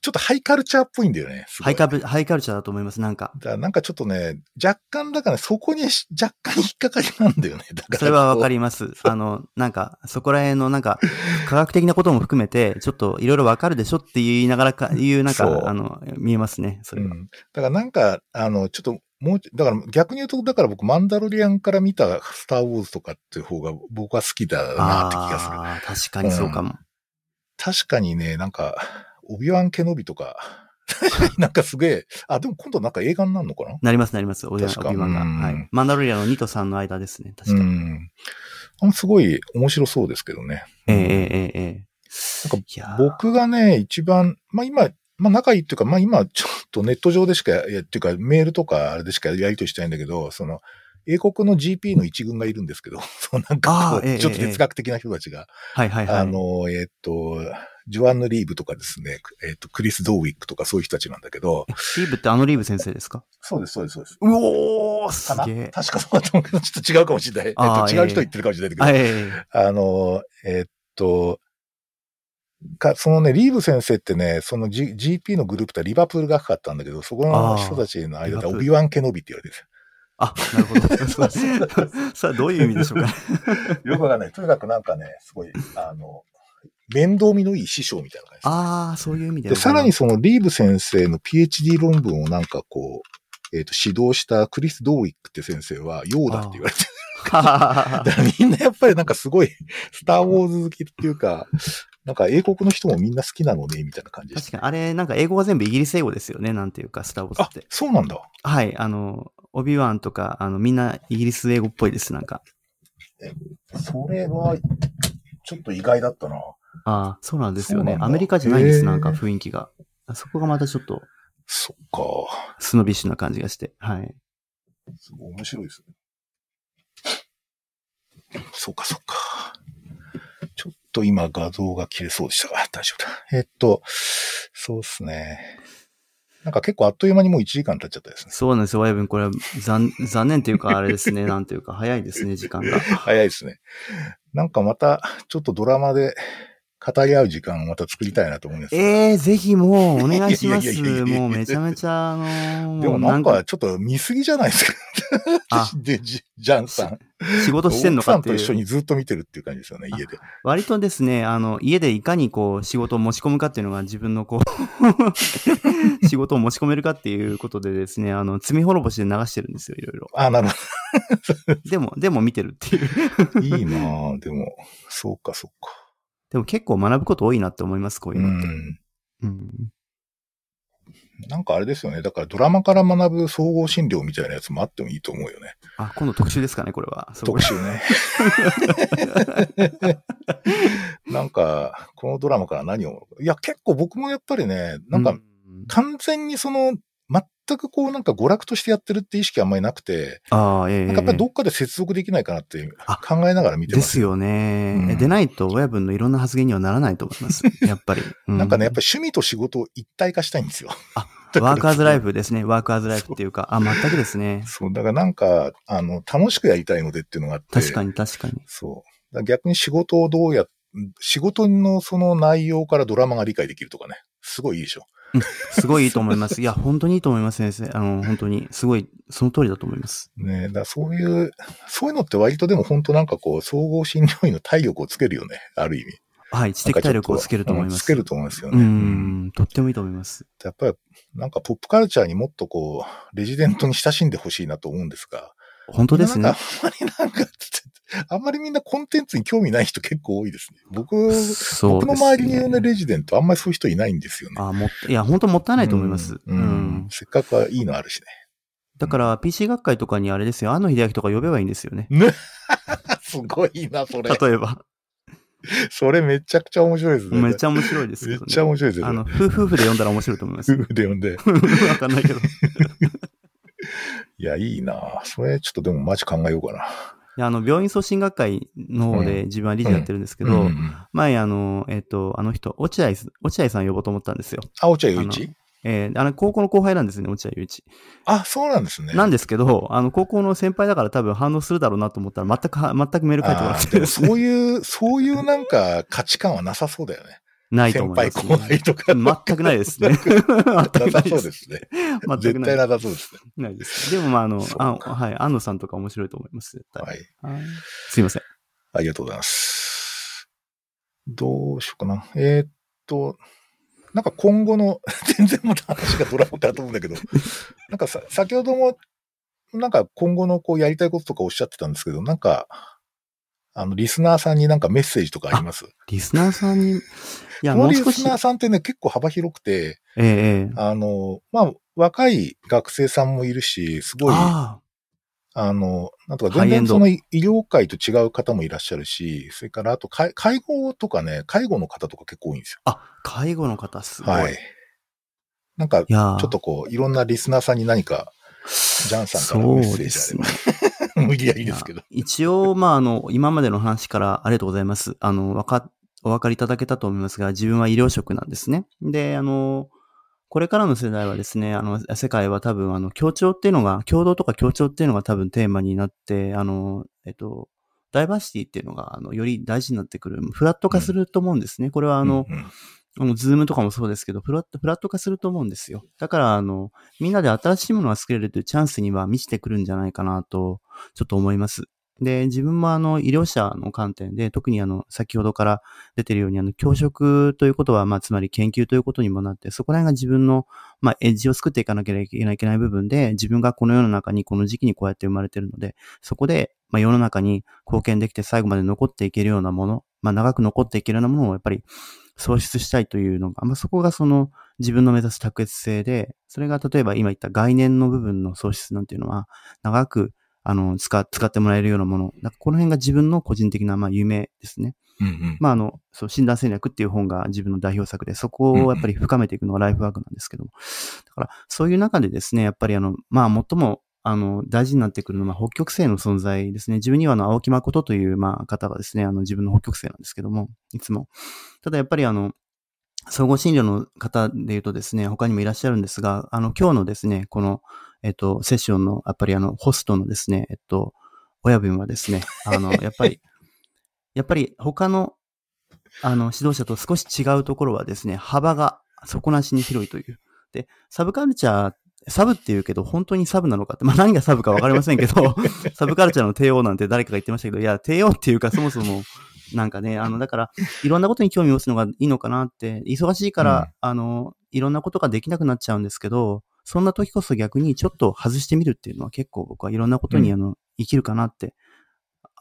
ちょっとハイカルチャーっぽいんだよね。すご
ハ
い
イカル、ハイカルチャーだと思います、なんか。
だからなんかちょっとね、若干だからそこにし若干引っかかりなんだよね。だから
それはわか
り
ります。あの、なんか、そこら辺のなんか、科学的なことも含めて、ちょっといろいろわかるでしょって言いながらか、言うなん
そう
か、あの、見えますね、それ
う
は。
ん。だからなんか、あの、ちょっともう、だから逆に言うと、だから僕、マンダロリアンから見たスター・ウォーズとかっていう方が僕は好きだなって気がする。
ああ、確かにそうかも。
確かにね、なんか、オビワン・ケノビとか、 <laughs> 確かになんかすげえ、あ、でも今度なんか映画になるのかな
なります、なります。オビワン
確か
オビワンが。
うん
はい。マンダロリアの2と3の間ですね。確
う
かに。
ん。あのすごい面白そうですけどね。
ええええええ。
なん
いやー
僕がね、一番、まあ今、まあ仲いいっていうか、まあ今ちょっとネット上でしか、いやっていうかメールとかあれでしかやりとりしてないんだけど、その、英国の GP の一軍がいるんですけど、 <laughs> そうなんかこ
あーえ
う、
え
ちょっと哲学的な人たちが、
はいはいはい。
あの、えっと、ジョアンヌ・リーブとかですね、えっと、クリス・ドーウィックとかそういう人たちなんだけど、
リーブってあのリーブ先生ですか
そうです、そうです、そうです。
うおーす
かな
げ
確
え。
かそうだと思うけど、ちょっと違うかもしれない。えっ
あー
と、違う人
え
言
え
ってるかもしれないけど
あ、、ええええ
あの、えっと、か、そのね、リーブ先生ってね、その、G、GP のグループとはリバプールがかかったんだけど、そこの
あー
人たちの間で
リバプール
オビワン・ケノビって言われて
あ、
<laughs>
なるほど。
そうそうそう
<laughs> さあ、どういう意味でしょうか
<laughs>
ね。 <laughs>
る。よくわかんない。とにかくなんかね、すごい、あの、面倒見のいい師匠みたいな感じ
ああ、そういう意味で。
で。さらに、そのリーブ先生の PhD 論文をなんかこう、えっと、指導したクリス・ドーウィックって先生は、ヨーダって言われて
<laughs>
<laughs> だからみんなやっぱりなんかすごい、 <laughs> スター・ウォーズ好きっていうか、なんか英国の人もみんな好きなのね、みたいな感じでし
確
た。
かに、あれ、なんか英語は全部イギリス英語ですよね、なんていうか、スター・ウォーズ
あ
っ、て。
そうなんだ。
はい、あの、オビワンとか、あの、みんなイギリス英語っぽいです、なんか。
それは、ちょっと意外だったな。
ああ、そうなんです
そ
よ
うなん
ね。
だ
アメリカじゃないんで
へえ
す、なんか雰囲気が。そこがまたちょっと、
そっか。
スノビッシュな感じがして。はい。
すごい面白いですね。そっかそっか。ちょっと今画像が切れそうでしたが、大丈夫だ。えっと、そうですね。なんか結構あっという間にもう1時間経っちゃったですね。
そうなんですよ、親分。これは残、残念というか、あれですね、なんていうか、早いですね、時間
<laughs>
が。
早いですね。なんかまた、ちょっとドラマで語り合う時間をまた作りたいなと思います。
ええぜひもう、お願いしま
いや
す。
いやいやいやいや
もう、めちゃめちゃ、あのー
でも
もう
なんか、ちょっと見すぎじゃないですか。
あ
で、ジジャンさん。
仕事してんの
奥さ
かっ
ん
て
と
い
一緒
う。
にずっと見てるっていう感じですよね、家で。
割とですね、あの、家でいかにこう、仕事を持ち込むかっていうのが自分のこう、 <laughs> 仕事を持ち込めるかっていうことでですね、あの、罪滅ぼしで流してるんですよ、いろいろ。
あ、なるほ
でも、でも見てるっていう。
ど。いいなぁ。でも、そうか、そう
<laughs>
か。
でも結構学ぶこと多いなって思います、こういううのって。
ん。
うん。
なんかあれですよね。だからドラマから学ぶ総合診療みたいなやつもあってもいいと思うよね。
あ、今度特集ですかね、これは。そう
特集
<laughs>
ね。 <laughs> なんか、このドラマから何を、いや、結構僕もやっぱりね、なん
う
か、完全にその、全くこうなんか娯楽としてやってるって意識あんまりなくて、
ああ、ええ。
なんかやっぱりどっかで接続できないかなって
あ
考えながら見て
で
ます。
すよね。
うん
えでないと、親分のいろんな発言にはならないと思
<laughs>
います。やっぱり。う
なんかね、やっぱり趣味と仕事を一体化したいん
<laughs>
ですよ。だから
ワーカーズライフですね。ワーカーズライフっていうか、あ、全くで
<laughs>
すね。
そう、だからなんか、あの、楽しくやりたいのでっていうのがあって。
確かに確かに。
そう。だから逆に仕事をどうや、仕事のその内容からドラマが理解できるとかね。すごいいいでしょ。
すごいいいと思います。いや、本当にいいと思います、先生。あの、本当に。すごい、その通りだと思います。
ねだからそういう、そういうのって割とでも本当なんかこう、総合診療医の体力をつけるよね。ある意味。
はい、知的体力をつけると思いま
うん
す。
つけると思いますよ
う
ね。
ん、とってもいいと思います。
やっぱり、なんかポップカルチャーにもっとこう、レジデントに親しんでほしいなと思うんですが。
本当です
なん
ね
か。あんまりなんか、 <laughs> あんまりみんなコンテンツに興味ない人結構多いですね。僕、
そ
僕
う
の
です
周りにいるね、
ね。
レジデント、あんまりそういう人いないんですよね。
あ、もっいや、本当もったいないと思います。
うん
うん
せっかくはいいのあるし
だから、PC 学会とかにあれですよ、安野秀明とか呼べばいいんですよね。
ね。 <laughs> すごいな、それ。
例えば。
それめちゃくちゃ面白いですね。
めっちゃ面白いです
め
け
っ
ど
ちゃ
ね。
面白いです
あの、
よ。
夫夫婦で呼んだら面白い
<laughs>
と思います。
夫
わ
婦で呼んで。
かんないけど。い
いや、いいな。それちょっとでもマジ考えようかな。
やあの、病院送信学会の方で自分は理事やってるんですけ
う
ど
んう、ん
前、あの、えっと、あの人、落合す、落合さん呼ぼうと思ったんですよ。
あ、落合陽一
えーあの、高校の後輩なんですね、落合雄一。
あそうなんですね。
なんですけど、あの、高校の先輩だから多分反応するだろうなと思ったら、全くは、全くメール書いてもら
あ
っ
ー
て
で
で
も
すね
そういう、そういうなんか価値観はなさそうだよね。
ないと
先
思いま
輩
す、
後輩とか。
全くないですね。
な <laughs> ん
全
か
く
なさ
ない
そ
で。
うですすね。
全く
絶
な
対
い
なさそうですね。
ないです。でも、まあ、あの
そう、
あはい、安野さんとか面白いと思います、絶対。
はい。
はいすいません。
ありがとうございます。どうしようかな。えーっと、なんか今後の、 <laughs> 全然また話がドラマからと思うんだけど、なんかさ、先ほども、なんか今後のこうやりたいこととかおっしゃってたんですけど、なんか、あの、リスナーさんになんかメッセージとかあります
リスナーさんに、いや、
こ
も
の
う
リ
少
ス
し、
ナーさんってね、結構幅広くて、
ええええ
あの、まあ、若い学生さんもいるし、すごい、あ
あ
の、なんとか
ハ
全
イエン
然
ド
その医療界と違う方もいらっしゃるし、それからあと介介護とかね、介護の方とか結構多いんですよ
あ、あ、介護の方、すごい。
はいい。なんか、ち
やー
ょっとこう、いろんなリスナーさんに何か、 <laughs> ジャンさんからのメッ
そ
セ
う
ー
で
ジあ
す
れ
ね
ば、。無理やりですけど。
いや一応、まあ、あの、今までの話からありがとうございます。あの、わか、お分かりいただけたと思いますが、自分は医療職なんですね。で、あの、これからの世代はですね、あの、世界は多分、あの、協調っていうのが、共同とか協調っていうのが多分テーマになって、あの、えっと、ダイバーシティっていうのが、あの、より大事になってくる、フラット化すると思うんですね。これは、あの、
うんうん
あの、ズームとかもそうですけど、フラット、フラット化すると思うんですよ。だから、あの、みんなで新しいものが作れるというチャンスには満ちてくるんじゃないかなと、ちょっと思います。で、自分もあの、医療者の観点で、特にあの、先ほどから出てるように、あの、教職ということは、まあ、つまり研究ということにもなって、そこら辺が自分の、まあ、エッジを作っていかなければいけないいけない部分で、自分がこの世の中に、この時期にこうやって生まれてるので、そこで、まあ、世の中に貢献できて最後まで残っていけるようなもの、まあ、長く残っていけるようなものをやっぱり創出したいというのが、まあ、そこがその自分の目指す卓越性で、それが例えば今言った概念の部分の創出なんていうのは、長く、あの、使、使ってもらえるようなもの。なんかこの辺が自分の個人的な、まあ、夢ですね。
うんうん
まあ、あの、そう、診断戦略っていう本が自分の代表作で、そこをやっぱり深めていくのがライフワークなんですけども。だから、そういう中でですね、やっぱりあの、まあ、最も、あの、大事になってくるのは、北極星の存在ですね。自分にはあの、青木誠という、まあ、方がですね、あの、自分の北極星なんですけども、いつも。ただ、やっぱりあの、総合診療の方で言うとですね、他にもいらっしゃるんですが、あの、今日のですね、この、えっと、セッションの、やっぱりあの、ホストのですね、えっと、親分はですね、あの、やっぱり、やっぱり他の、あの、指導者と少し違うところはですね、幅が底なしに広いという。で、サブカルチャー、サブって言うけど、本当にサブなのかって、まあ何がサブかわかりませんけど、サブカルチャーの帝王なんて誰かが言ってましたけど、いや、帝王っていうかそもそも、なんかね、あの、だから、いろんなことに興味を持つのがいいのかなって、忙しいから、あの、いろんなことができなくなっちゃうんですけど、そんな時こそ逆にちょっと外してみるっていうのは結構僕はいろんなことに、
う
あの、生きるかなって、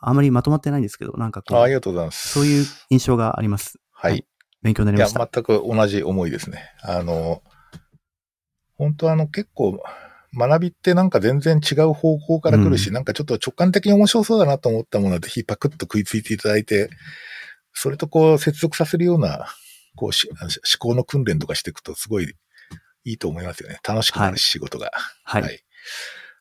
あまりまとまってないんですけど、なんかこ
ああり
う、
がとうございます。
そういう印象があります。
はい。
勉強にないりま
や、
した。
全く同じ思いですね。あの、本当あの結構学びってなんか全然違う方向から来るし、
う
なんかちょっと直感的に面白そうだなと思ったものはぜひパクッと食いついていただいて、それとこう接続させるような、こうしあのし思考の訓練とかしていくとすごいいいと思いますよね。楽しくなるし、仕事が。
はい。
はい。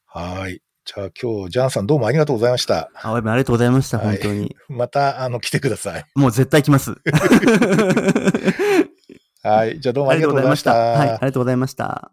はーい。じゃあ今日、ジャンさんどうもありがとうございました。
あ、おやべありがとうございました、
はい
本当に。
また、あの、来てください。
もう絶対
<laughs>
来ます。 <laughs>
はい。じゃあどうも
あ
あ
り
り
が
がとうござ
とうござい
い
ま
ま
し。
したた。
はい、ありがとうございました。